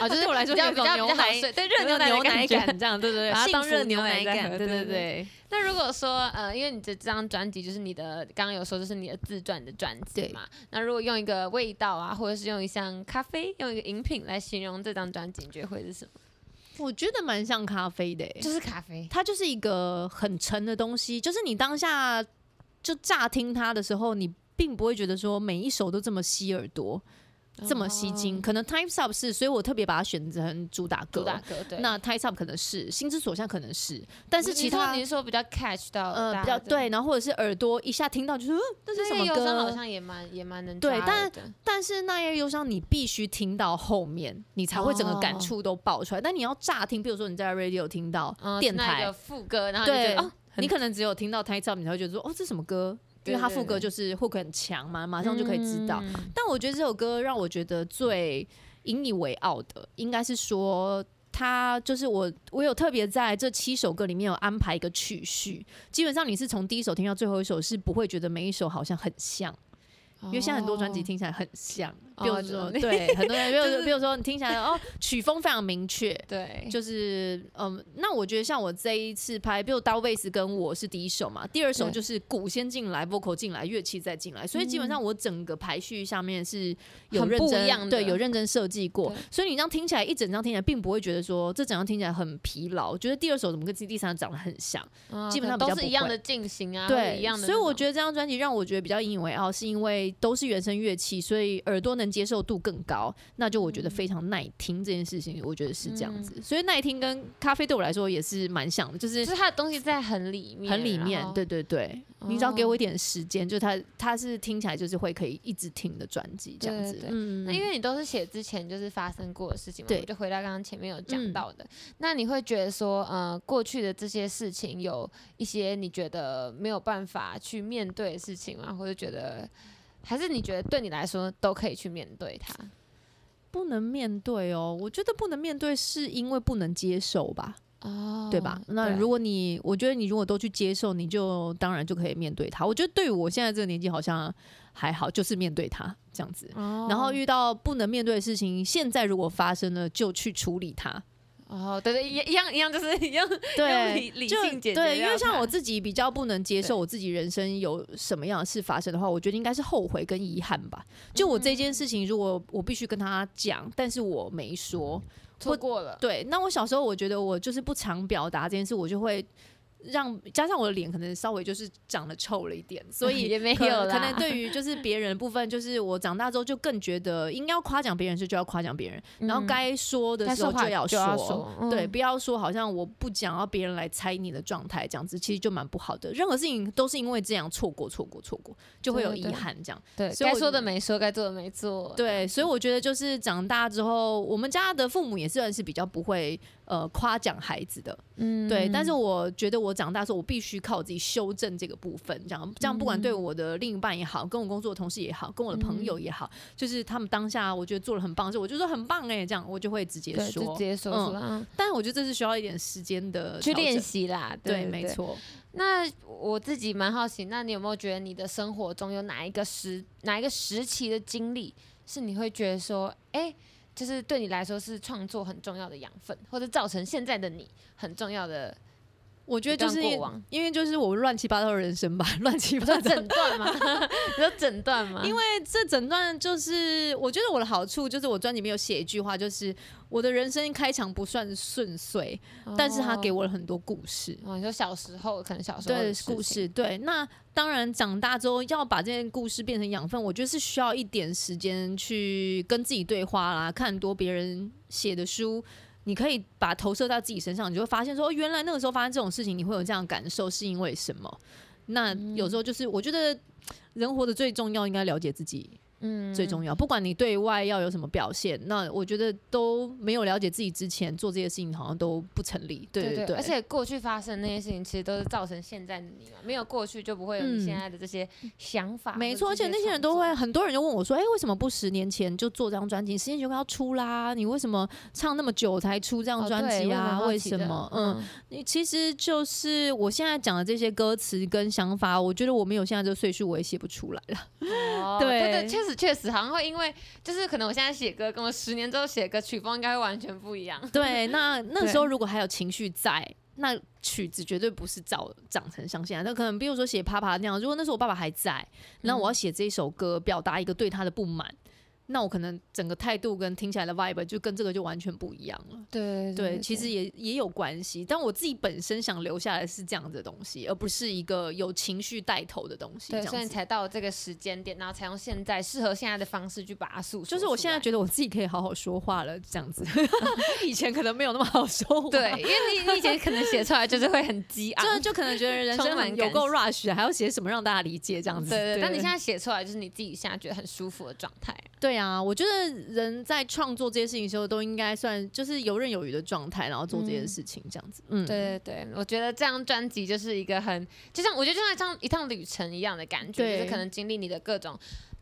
Speaker 1: 啊，就是
Speaker 2: 对我来说
Speaker 1: 比较
Speaker 2: 有
Speaker 1: 比
Speaker 2: 种
Speaker 1: 较
Speaker 2: 牛
Speaker 1: 比较好
Speaker 2: 奶
Speaker 1: 睡，对热牛奶的
Speaker 2: 牛奶
Speaker 1: 觉。
Speaker 2: 感这样，对对对，
Speaker 1: 把它当
Speaker 2: 幸福
Speaker 1: 热
Speaker 2: 牛
Speaker 1: 牛奶在
Speaker 2: 感，
Speaker 1: 喝
Speaker 2: 对
Speaker 1: 对
Speaker 2: 对
Speaker 1: 对
Speaker 2: 对
Speaker 1: 那如果说呃，因为你的这张专辑就是你的，刚刚有说就是你的自传的专辑
Speaker 2: 对
Speaker 1: 嘛，那如果用一个味道啊，或者是用一项咖啡，用一个饮品来形容这张专辑，你觉得会是什么？
Speaker 2: 我觉得蛮像咖啡的、欸，
Speaker 1: 就是咖啡。
Speaker 2: 它就是一个很沉的东西，就是你当下就乍听它的时候，你并不会觉得说每一首都这么吸耳朵，这么吸睛。可能 Times Up 是，所以我特别把它选成主打歌。
Speaker 1: 主打歌对，
Speaker 2: 那 Times Up 可能是，心之所向可能是，但是
Speaker 1: 你
Speaker 2: 其他
Speaker 1: 你说你是说比较 catch 到
Speaker 2: 呃
Speaker 1: 大
Speaker 2: 比
Speaker 1: 家
Speaker 2: 较
Speaker 1: 的
Speaker 2: 对，然后或者是耳朵一下听到就是，嗯，这是什
Speaker 1: 那
Speaker 2: 么
Speaker 1: 个忧伤好
Speaker 2: 歌？
Speaker 1: 像也蛮也蛮能
Speaker 2: 对
Speaker 1: 抓
Speaker 2: 但
Speaker 1: 耳的
Speaker 2: 但是那夜忧伤你必须听到后面，你才会整个感
Speaker 1: 哦
Speaker 2: 触都爆出来。但你要乍听，比如说你在 radio 听到
Speaker 1: 嗯
Speaker 2: 电
Speaker 1: 是那
Speaker 2: 台
Speaker 1: 个副歌，然后你就觉
Speaker 2: 对
Speaker 1: 得哦，很
Speaker 2: 你可能只有听到 title，你才会觉得说，哦，这什么歌？因为它
Speaker 1: 对对
Speaker 2: 副歌
Speaker 1: 对
Speaker 2: 就是 hook 很强嘛，马上就可以知道。
Speaker 1: 嗯
Speaker 2: 但我觉得这首歌让我觉得最引以为傲的，应该是说。它就是我，我有特别在这七首歌里面有安排一个曲序，基本上你是从第一首听到最后一首，是不会觉得每一首好像很像，因为现在很多专辑听起来很像，
Speaker 1: 哦
Speaker 2: 比如说
Speaker 1: 就那
Speaker 2: 对很多人，比
Speaker 1: 就
Speaker 2: 如
Speaker 1: 是
Speaker 2: 比如说你听起来哦曲风非常明确，
Speaker 1: 对，
Speaker 2: 就是嗯，那我觉得像我这一次拍，比如 d a v i s 跟我是第一首嘛，第二首
Speaker 1: 对
Speaker 2: 就是鼓先进来，vocal 进来，乐器再进来，所以基本上我整个排序下面是
Speaker 1: 嗯
Speaker 2: 有
Speaker 1: 很
Speaker 2: 认
Speaker 1: 不
Speaker 2: 真
Speaker 1: 一样的
Speaker 2: 对，有认真设计过
Speaker 1: 对，
Speaker 2: 所以你这样听起来一整张听起来并不会觉得说这整张听起来很疲劳，觉得第二首怎么跟第三首长得很像，
Speaker 1: 嗯
Speaker 2: 基本
Speaker 1: 可能
Speaker 2: 上比较
Speaker 1: 都
Speaker 2: 不
Speaker 1: 是一样
Speaker 2: 会
Speaker 1: 的进行啊，或者
Speaker 2: 对
Speaker 1: 一样，的那种。
Speaker 2: 所以我觉得这张专辑让我觉得比较引以为傲，是因为都是原声乐器，所以耳朵能接受度更高，那就我觉得非常耐听这件事情，我觉得是这样子。所以耐听跟咖啡对我来说也是蛮像的，就是
Speaker 1: 就是它的东西在很里面，
Speaker 2: 很里
Speaker 1: 然
Speaker 2: 面
Speaker 1: 后。
Speaker 2: 对对对，
Speaker 1: 哦
Speaker 2: 你只要给我一点时间，就它它是听起来就是会可以一直听的专辑这样子
Speaker 1: 对对。对
Speaker 2: 嗯，
Speaker 1: 那因为你都是写之前就是发生过的事情嘛，
Speaker 2: 对
Speaker 1: 我就回到刚刚前面有讲
Speaker 2: 嗯
Speaker 1: 到的。那你会觉得说，呃，过去的这些事情有一些你觉得没有办法去面对的事情吗？或者觉得，还是你觉得对你来说都可以去面对它？
Speaker 2: 不能面对哦，我觉得不能面对是因为不能接受吧。
Speaker 1: 哦
Speaker 2: 对啊吧？那如
Speaker 1: 果
Speaker 2: 果你，我觉得你如果都去接受，你就当然就可以面对它。我觉得对于我现在这个年纪好像还好，就是面对它这
Speaker 1: 哦
Speaker 2: 样子。然后遇到不能面对的事情，现在如果发生了，就去处理它。
Speaker 1: 哦，对对，一一样一样，就是 一样， 用理
Speaker 2: 对，
Speaker 1: 理
Speaker 2: 就
Speaker 1: 性解决
Speaker 2: 对，因
Speaker 1: 要
Speaker 2: 为像
Speaker 1: 看
Speaker 2: 我自己比较不能接受我自己人生有什么样的事发生的话，我觉得应该是后悔跟遗憾吧。就我这
Speaker 1: 嗯
Speaker 2: 件事情，如果我必须跟他讲，但是我没说，
Speaker 1: 错过了，
Speaker 2: 对，那我小时候我觉得我就是不常表达这件事，我就会让加上我的脸可能稍微就是长得臭了一点，所 以
Speaker 1: 也没
Speaker 2: 可
Speaker 1: 有啦
Speaker 2: 可能对于就是别人的部分，就是我长大之后就更觉得应该要夸奖别人时就要夸奖别人，然后
Speaker 1: 嗯
Speaker 2: 该说的
Speaker 1: 该
Speaker 2: 时候
Speaker 1: 说话
Speaker 2: 要
Speaker 1: 就要说
Speaker 2: 对，
Speaker 1: 嗯
Speaker 2: 不要说好像我不讲，要别人来猜你的状态，这样子其实就蛮不好的。任何事情都是因为这样错过、错过、错过，就会有
Speaker 1: 对啊
Speaker 2: 遗
Speaker 1: 对
Speaker 2: 憾这样。
Speaker 1: 对，
Speaker 2: 所以
Speaker 1: 该
Speaker 2: 我
Speaker 1: 说的
Speaker 2: 就
Speaker 1: 没说，该做的没做，
Speaker 2: 对，所以我觉得就是长大之后，我们家的父母也算是比较不会呃夸奖孩子的，
Speaker 1: 嗯，嗯
Speaker 2: 对。但是我觉得我长大之后，我必须靠我自己修正这个部分，这样这样不管
Speaker 1: 嗯
Speaker 2: 对我的另一半也好，跟我工作的同事也好，跟我的朋友也好，就是他们当下我觉得做的很棒，所以我就说很棒哎、这样我就会直接
Speaker 1: 对，就
Speaker 2: 说
Speaker 1: 直。接说
Speaker 2: 嗯
Speaker 1: 出来，嗯
Speaker 2: 但我觉得这是需要一点时间的
Speaker 1: 去
Speaker 2: 调
Speaker 1: 练
Speaker 2: 整。
Speaker 1: 习啦，
Speaker 2: 对，
Speaker 1: 对，
Speaker 2: 没
Speaker 1: 对。
Speaker 2: 错。
Speaker 1: 那我自己蛮好奇，那你有没有觉得你的生活中有哪一个时哪一个时期的经历，是你会觉得说，哎、就是对你来说是创作很重要的养分，或者造成现在的你很重要的，
Speaker 2: 我觉得就是
Speaker 1: 一段过往
Speaker 2: 因为就是我乱七八糟的人生吧， 乱七
Speaker 1: 你
Speaker 2: 八
Speaker 1: 说
Speaker 2: 糟。
Speaker 1: 诊断吗？ 你说诊断吗？
Speaker 2: 因为这整段就是，我觉得我的好处就是我专辑里面有写一句话，就是我的人生开场不算顺遂，但是他给
Speaker 1: 我、
Speaker 2: 我了很多故事。
Speaker 1: 哦，你说小时候可能小时候
Speaker 2: 对
Speaker 1: 的事情
Speaker 2: 故，事，对，那当然长大之后要把这件故事变成养分，我觉得是需要一点时间去跟自己对话啦，看多别人写的书，你可以把投射到自己身上，你就会发现说，哦，原来那个时候发生这种事情，你会有这样的感受，是因为什么？那有时
Speaker 1: 嗯
Speaker 2: 候就是，我觉得人活得最重要，应该了解自己，
Speaker 1: 嗯
Speaker 2: 最重要。不管你对外要有什么表现，那我觉得都没有了解自己之前做这些事情，好像都不成立。对
Speaker 1: 对
Speaker 2: 对
Speaker 1: 而且过去发生的那些事情，其实都是造成现在的你嘛，没有过去就不会有你
Speaker 2: 嗯
Speaker 1: 现在的这些想法。
Speaker 2: 没错，而且那些人都会，，很多人就问我说：“哎、为什么不十年前就做这张专辑？十年前就要出啦，你为什么唱那么久才出这张
Speaker 1: 哦
Speaker 2: 专
Speaker 1: 对
Speaker 2: 辑
Speaker 1: 我也蛮
Speaker 2: 啊？
Speaker 1: 好
Speaker 2: 为
Speaker 1: 奇
Speaker 2: 什
Speaker 1: 的
Speaker 2: 么？”嗯，，你其实就是我现在讲的这些歌词跟想法，我觉得我没有现在这个岁数，我也写不出来了。
Speaker 1: 哦
Speaker 2: 对
Speaker 1: 对对，确实确实，好像会因为就是可能我现在写歌，跟我十年之后写歌曲风应该会完全不一样。
Speaker 2: 对，那那时
Speaker 1: 对
Speaker 2: 候如果还有情绪在，那曲子绝对不是早长成像现在。那可能比如说写《啪啪》那样，如果那时候我爸爸还在，那
Speaker 1: 嗯
Speaker 2: 我要写这一首歌，表达一个对他的不满，那我可能整个态度跟听起来的 vibe 就跟这个就完全不一样了。
Speaker 1: 对
Speaker 2: 对，其实也也有关系，但我自己本身想留下来是这样子的东西，而不是一个有情绪带头的东西。
Speaker 1: 对，
Speaker 2: 这样
Speaker 1: 所以你
Speaker 2: 子
Speaker 1: 才到这个时间点，然后才用现在适合现在的方式去把它诉说出
Speaker 2: 就
Speaker 1: 来。
Speaker 2: 是我现在觉得我自己可以好好说话了，这样子， 以前可能没有那么好说话。
Speaker 1: 对，因为你你以前可能写出来就是会很激昂，
Speaker 2: 就就可能觉得人
Speaker 1: 充
Speaker 2: 生
Speaker 1: 满
Speaker 2: 很
Speaker 1: 感
Speaker 2: 有够 rush，还要写什么让大家理解这样 子。
Speaker 1: 对对，但你现在写出来就是你自己现在觉得很舒服的状态。
Speaker 2: 对啊，我觉得人在创作这些事情的时候，都应该算就是游刃有余的状态，然后做这件事情这样子。嗯，
Speaker 1: 对对对，我觉得这张专辑就是一个很，就像我觉得就像一趟一趟旅程一样的感觉，
Speaker 2: 对
Speaker 1: 就是可能经历你的各种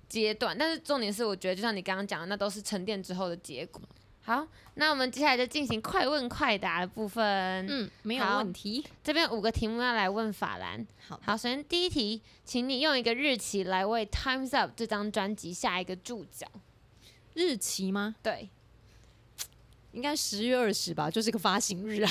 Speaker 1: 阶段，但是重点是，我觉得就像你刚刚讲的，那都是沉淀之后的结果。好，那我们接下来就进行快问快答的部分。嗯，
Speaker 2: 嗯，没有
Speaker 1: 好
Speaker 2: 问题。
Speaker 1: 这边有五个题目要来问法兰。
Speaker 2: 好
Speaker 1: 好，首先第一题，请你用一个日期来为《Times Up》这张专辑下一个注脚。
Speaker 2: 日期吗？
Speaker 1: 对，
Speaker 2: 应该十月二十吧，就是个发行日啊。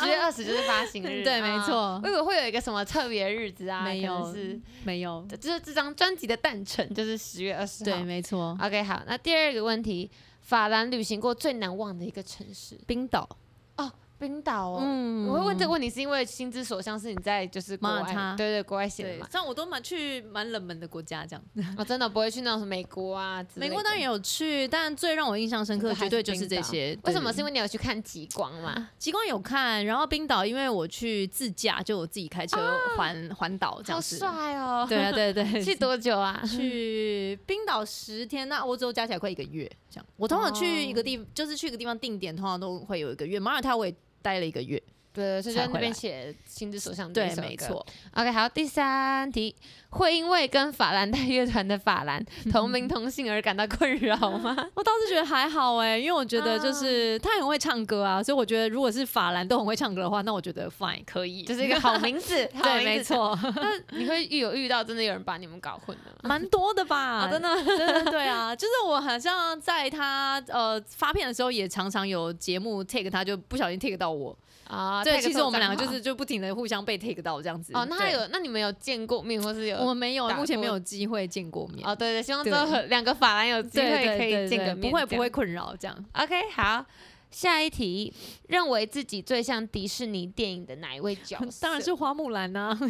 Speaker 1: 十月二十就是发行日。
Speaker 2: 对没错
Speaker 1: 啊我以为会有一个什么特别的日子啊，
Speaker 2: 没
Speaker 1: 可能
Speaker 2: 有
Speaker 1: 是
Speaker 2: 没有，
Speaker 1: 就是这张专辑的诞辰就是十月二十
Speaker 2: 对，
Speaker 1: 号。
Speaker 2: 没错。
Speaker 1: OK，好，那第二个问题，法兰旅行过最难忘的一个城市
Speaker 2: 冰岛，
Speaker 1: 哦，冰岛哦。
Speaker 2: 嗯
Speaker 1: 我会问这个问题是因为心之所向是你在就是国
Speaker 2: 马耳
Speaker 1: 外，
Speaker 2: 他
Speaker 1: 对对，国外写的
Speaker 2: 对，
Speaker 1: 嘛。
Speaker 2: 这样我都蛮去蛮冷门的国家 这样。
Speaker 1: 我真的不会去那种什么美国啊之类
Speaker 2: 美
Speaker 1: 的，
Speaker 2: 国当然也有去，但最让我印象深刻的绝对就是这些。
Speaker 1: 为什么？
Speaker 2: 对啊
Speaker 1: 是因为你有去看极光嘛？
Speaker 2: 极光有看，然后冰岛因为我去自驾，就我自己开车环环岛这
Speaker 1: 好
Speaker 2: 样子。
Speaker 1: 帅哦！
Speaker 2: 对啊，对对，
Speaker 1: 去多久啊？
Speaker 2: 去冰岛十天，那欧洲加起来快一个月这哦样。我通常去一个地，就是去一个地方定点，通常都会有一个月。马耳他我也待了一个月，
Speaker 1: 对，所以就在
Speaker 2: 才
Speaker 1: 那
Speaker 2: 会
Speaker 1: 边
Speaker 2: 来
Speaker 1: 写心之所向的一
Speaker 2: 对，
Speaker 1: 首
Speaker 2: 没
Speaker 1: 歌
Speaker 2: 错。
Speaker 1: OK，好，第三题，会因为跟法兰黛乐团的法 兰同名同姓而感到困扰吗？
Speaker 2: 我倒是觉得还好哎、因为我觉得就是、他很会唱歌啊，所以我觉得如果是法兰都很会唱歌的话，那我觉得 fine 可以，
Speaker 1: 就是一个好名 字，好
Speaker 2: 对，
Speaker 1: 名
Speaker 2: 没
Speaker 1: 字。
Speaker 2: 错，
Speaker 1: 那你会遇有遇到真的有人把你们搞混 的吗？
Speaker 2: 蛮多的吧，
Speaker 1: 啊，真的吗，
Speaker 2: 对对对啊， 就是我好像在他呃发片的时候，也常常有节目 take 他，就不小心 take 到我。
Speaker 1: 啊，
Speaker 2: 对，
Speaker 1: 配个
Speaker 2: 其实
Speaker 1: 错
Speaker 2: 我们
Speaker 1: 账
Speaker 2: 两个就
Speaker 1: 号
Speaker 2: 是就不停的互相被 take 到这样子。
Speaker 1: 哦，那还
Speaker 2: 对
Speaker 1: 有，那你们有见过面或是有
Speaker 2: 我们没有，
Speaker 1: 呃打
Speaker 2: 目前没
Speaker 1: 过
Speaker 2: 有机会见过面。
Speaker 1: 哦，对对，希望之
Speaker 2: 对
Speaker 1: 后和两个法兰有机
Speaker 2: 对
Speaker 1: 会
Speaker 2: 对
Speaker 1: 可以
Speaker 2: 对
Speaker 1: 见
Speaker 2: 对
Speaker 1: 个面，
Speaker 2: 不会不
Speaker 1: 这
Speaker 2: 会
Speaker 1: 样。
Speaker 2: 困扰这样。
Speaker 1: OK，好，下一题，认为自己最像迪士尼电影的哪一位角色？
Speaker 2: 当然是花木兰呐、
Speaker 1: 为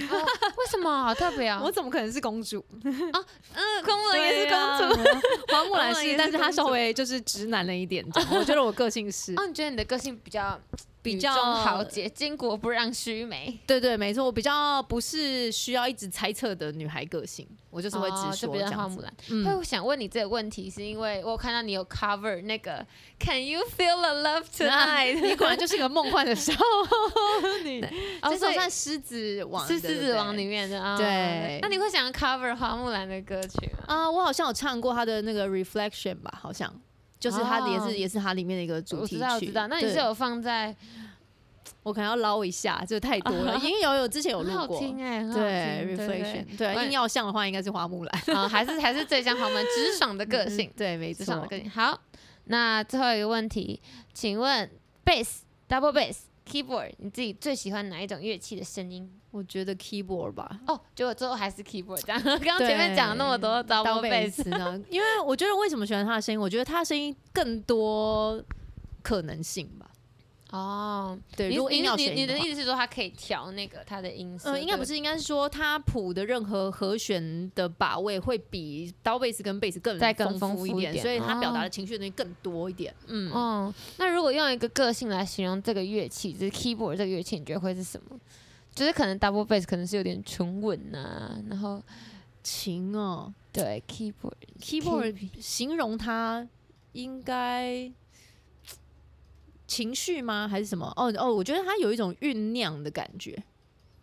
Speaker 1: 什么？好特别啊！
Speaker 2: 我怎么可能是公主？
Speaker 1: 嗯，公主
Speaker 2: 对
Speaker 1: 也是公主。
Speaker 2: 呀，花 木兰
Speaker 1: 花木兰也
Speaker 2: 是，
Speaker 1: 是
Speaker 2: 但是她
Speaker 1: 公主
Speaker 2: 稍微就是直男了一点这样。我觉得我个性是，
Speaker 1: 哦，你觉得你的个性比较
Speaker 2: 比
Speaker 1: 与
Speaker 2: 较
Speaker 1: 众豪杰，巾帼不让须眉，
Speaker 2: 对对，没错，我比较不是需要一直猜测的女孩个性，我 就是会
Speaker 1: 哦
Speaker 2: 直
Speaker 1: 就
Speaker 2: 说
Speaker 1: 比
Speaker 2: 这
Speaker 1: 较
Speaker 2: 样
Speaker 1: 花
Speaker 2: 子。
Speaker 1: 木兰。
Speaker 2: 嗯
Speaker 1: 会想问你这个问题，是因为我看到你有 cover 那个 Can you feel the love tonight？
Speaker 2: 你果然就是个梦幻的 少女，
Speaker 1: 哦，
Speaker 2: 这
Speaker 1: 所
Speaker 2: 种
Speaker 1: 以
Speaker 2: 算狮子王的，
Speaker 1: 是《狮子王》里面的啊。
Speaker 2: 对
Speaker 1: 那你会想要 cover 花木兰的歌曲吗？
Speaker 2: 啊、我好像有唱过他的那个 Reflection 吧，好像就是他的也是、
Speaker 1: 哦
Speaker 2: 也是他里面的一个主
Speaker 1: 我
Speaker 2: 题
Speaker 1: 知
Speaker 2: 曲。
Speaker 1: 道，我知道。那你是
Speaker 2: 对
Speaker 1: 有放在
Speaker 2: 我可能要捞一下，就太 多了，因为有有之前有
Speaker 1: 很
Speaker 2: 录
Speaker 1: 好
Speaker 2: 过。
Speaker 1: 听哎，很好
Speaker 2: 对
Speaker 1: 听
Speaker 2: ，reflection，对，硬要像的话，应该是花木兰
Speaker 1: 对啊，还是还是最像花木兰直爽的个性
Speaker 2: 嗯， 对，没
Speaker 1: 直爽
Speaker 2: 错
Speaker 1: 的。个性。好，那最后一个问题，请问 bass、double bass、keyboard，你自己最喜欢哪一种乐器的声音？
Speaker 2: 我觉得 keyboard 吧，
Speaker 1: 哦，结果最后还是 keyboard，这样。 刚刚前面讲了那么多 double
Speaker 2: 当贝
Speaker 1: bass，
Speaker 2: 斯 呢？因为我觉得为什么喜欢他的声音，我觉得他的声音更多可能性吧。
Speaker 1: 哦，
Speaker 2: 对，
Speaker 1: 你
Speaker 2: 如果
Speaker 1: 你
Speaker 2: 硬要
Speaker 1: 你
Speaker 2: 选
Speaker 1: 你
Speaker 2: 一
Speaker 1: 的嗯
Speaker 2: 个话
Speaker 1: 意思是说它可以调那个它的音色？
Speaker 2: 呃，应该
Speaker 1: 对
Speaker 2: 不是，应该是说它谱的任何和弦的把位会比刀贝斯跟贝斯更
Speaker 1: 再更丰
Speaker 2: 丰
Speaker 1: 富
Speaker 2: 一
Speaker 1: 一
Speaker 2: 点，
Speaker 1: 点
Speaker 2: 所以它表达
Speaker 1: 哦
Speaker 2: 的情绪的东西更多一点。嗯，
Speaker 1: 哦，那如果用一个个性来形容这个乐器，就是 keyboard 这个乐器，你觉得会是什么？就是可能 double bass 可能是有点沉稳呐，然后
Speaker 2: 琴哦
Speaker 1: 对 keyboard
Speaker 2: ，keyboard 形容它应该。情绪吗？还是什么？哦哦，我觉得它有一种酝酿的感觉，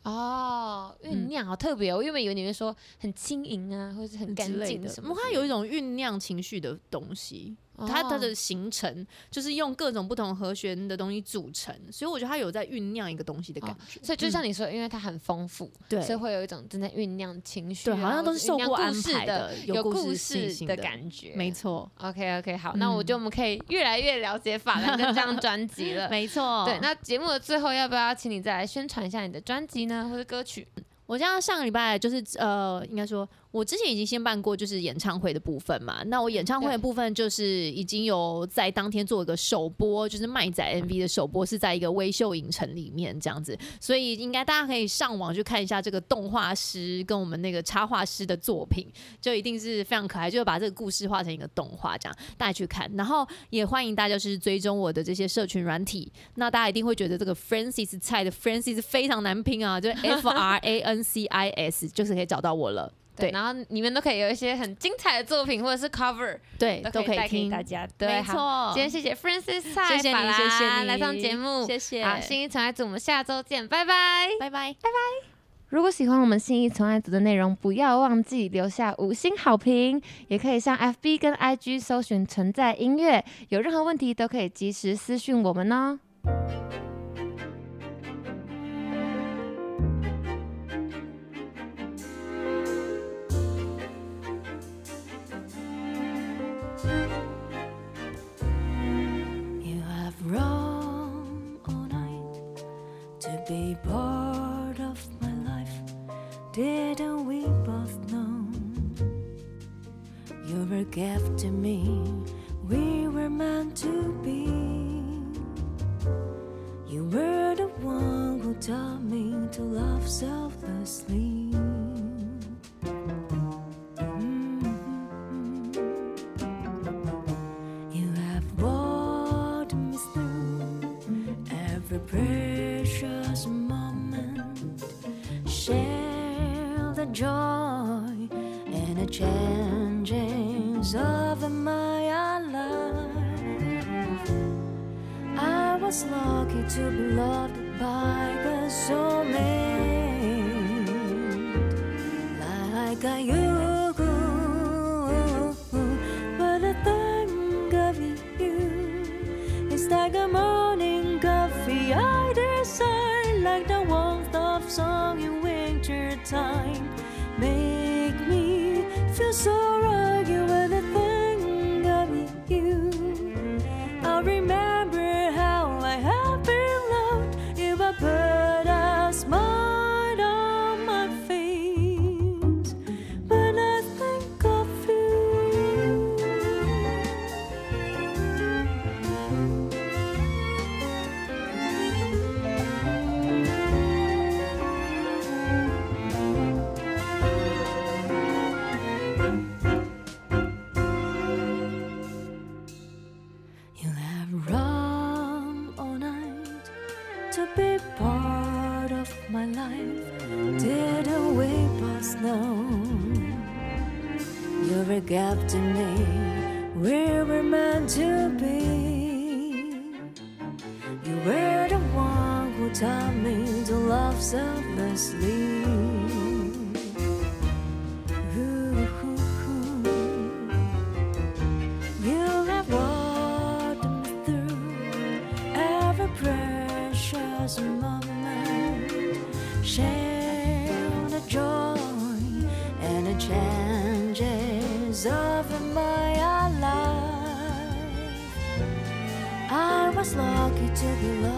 Speaker 1: 哦，
Speaker 2: 嗯
Speaker 1: 酝酿好特别哦，我原本以为你会说很轻盈啊，或者是很干
Speaker 2: 之类
Speaker 1: 净
Speaker 2: 的嗯
Speaker 1: 什么之类的，
Speaker 2: 它有一种酝酿情绪的东西，
Speaker 1: 哦
Speaker 2: 它它的形成就是用各种不同和弦的东西组成，所以我觉得它有在酝酿一个东西的感觉。
Speaker 1: 所以就像你说，因为它很丰富，
Speaker 2: 嗯对
Speaker 1: 所以哦会有一种正在酝酿情绪
Speaker 2: 对
Speaker 1: 啊，
Speaker 2: 好像都
Speaker 1: 或
Speaker 2: 是
Speaker 1: 者酝
Speaker 2: 受
Speaker 1: 酿
Speaker 2: 过
Speaker 1: 故
Speaker 2: 安
Speaker 1: 事
Speaker 2: 排
Speaker 1: 的，
Speaker 2: 的有
Speaker 1: 有
Speaker 2: 故
Speaker 1: 故
Speaker 2: 事性
Speaker 1: 事
Speaker 2: 性
Speaker 1: 的
Speaker 2: 的
Speaker 1: 感觉，
Speaker 2: 没。错，嗯
Speaker 1: OK OK，好，那我觉得我们可以越来越了解法兰跟这张专辑了。
Speaker 2: 没错。
Speaker 1: 呃对，那节目的最后要不要请你再来宣传一下你的专辑呢，或者歌曲？
Speaker 2: 我像上个礼拜就是呃，应该说我之前已经先办过就是演唱会的部分嘛。那我演唱会
Speaker 1: 对
Speaker 2: 的部分就是已经有在当天做一个首播，就是麦仔 MV 的首播是在一个微秀影城里面这样子，所以应该大家可以上网去看一下这个动画师跟我们那个插画师的作品，就一定是非常可爱，就是把这个故事画成一个动画这样，大家去看。然后也欢迎大家就是追踪我的这些社群软体，那大家一定会觉得这个 Francis 菜的 Francis 非常难拼 啊，就是 F R A N C I S，就是可以找到我了。对
Speaker 1: 然后你们都可以有一些很精彩的作品或者是 cover，
Speaker 2: 对，
Speaker 1: 都
Speaker 2: 都
Speaker 1: 可以
Speaker 2: 可
Speaker 1: 带
Speaker 2: 以
Speaker 1: 给
Speaker 2: 听，
Speaker 1: 大家。对，
Speaker 2: 没
Speaker 1: 好，
Speaker 2: 错。
Speaker 1: 今天哦谢谢 Francis 蔡
Speaker 2: 谢谢
Speaker 1: 法
Speaker 2: 你，谢谢
Speaker 1: 兰
Speaker 2: 你
Speaker 1: 来上节目，
Speaker 2: 谢谢，
Speaker 1: 好，新一宠爱组，我们下周见，拜拜。
Speaker 2: 拜拜。
Speaker 1: 如果喜欢我们信义从爱组的内容，不要忘记留下五星好评，也可以上 FB 跟 IG 搜寻“存在音乐”，有任何问题都可以及时私讯我们哦。
Speaker 3: You have roamed all night to be part of my life. Didn't we both know you were a gift to me? We were meant to be. You were the one who taught me to love selflessly. Mm-hmm. Mhm. You have walked me through every precious moment. Share the joy and the changes of my life. I was was lucky to be loved by the soulmate like I you. But the think of you is like a morning coffee I desire, like the warmth of song in winter time. Make me feel so right when I think of you. I remember how I have been loved. If I put a smile on my face when I think of you. You have run all night to be part of my life. Didn't we pass now? You were gap to me. We were meant to be. You were the one who taught me to love selflessly. Ooh, ooh, ooh. You have walked me through every precious moment, shared the joy and the changes of my life. I was lucky to be loved.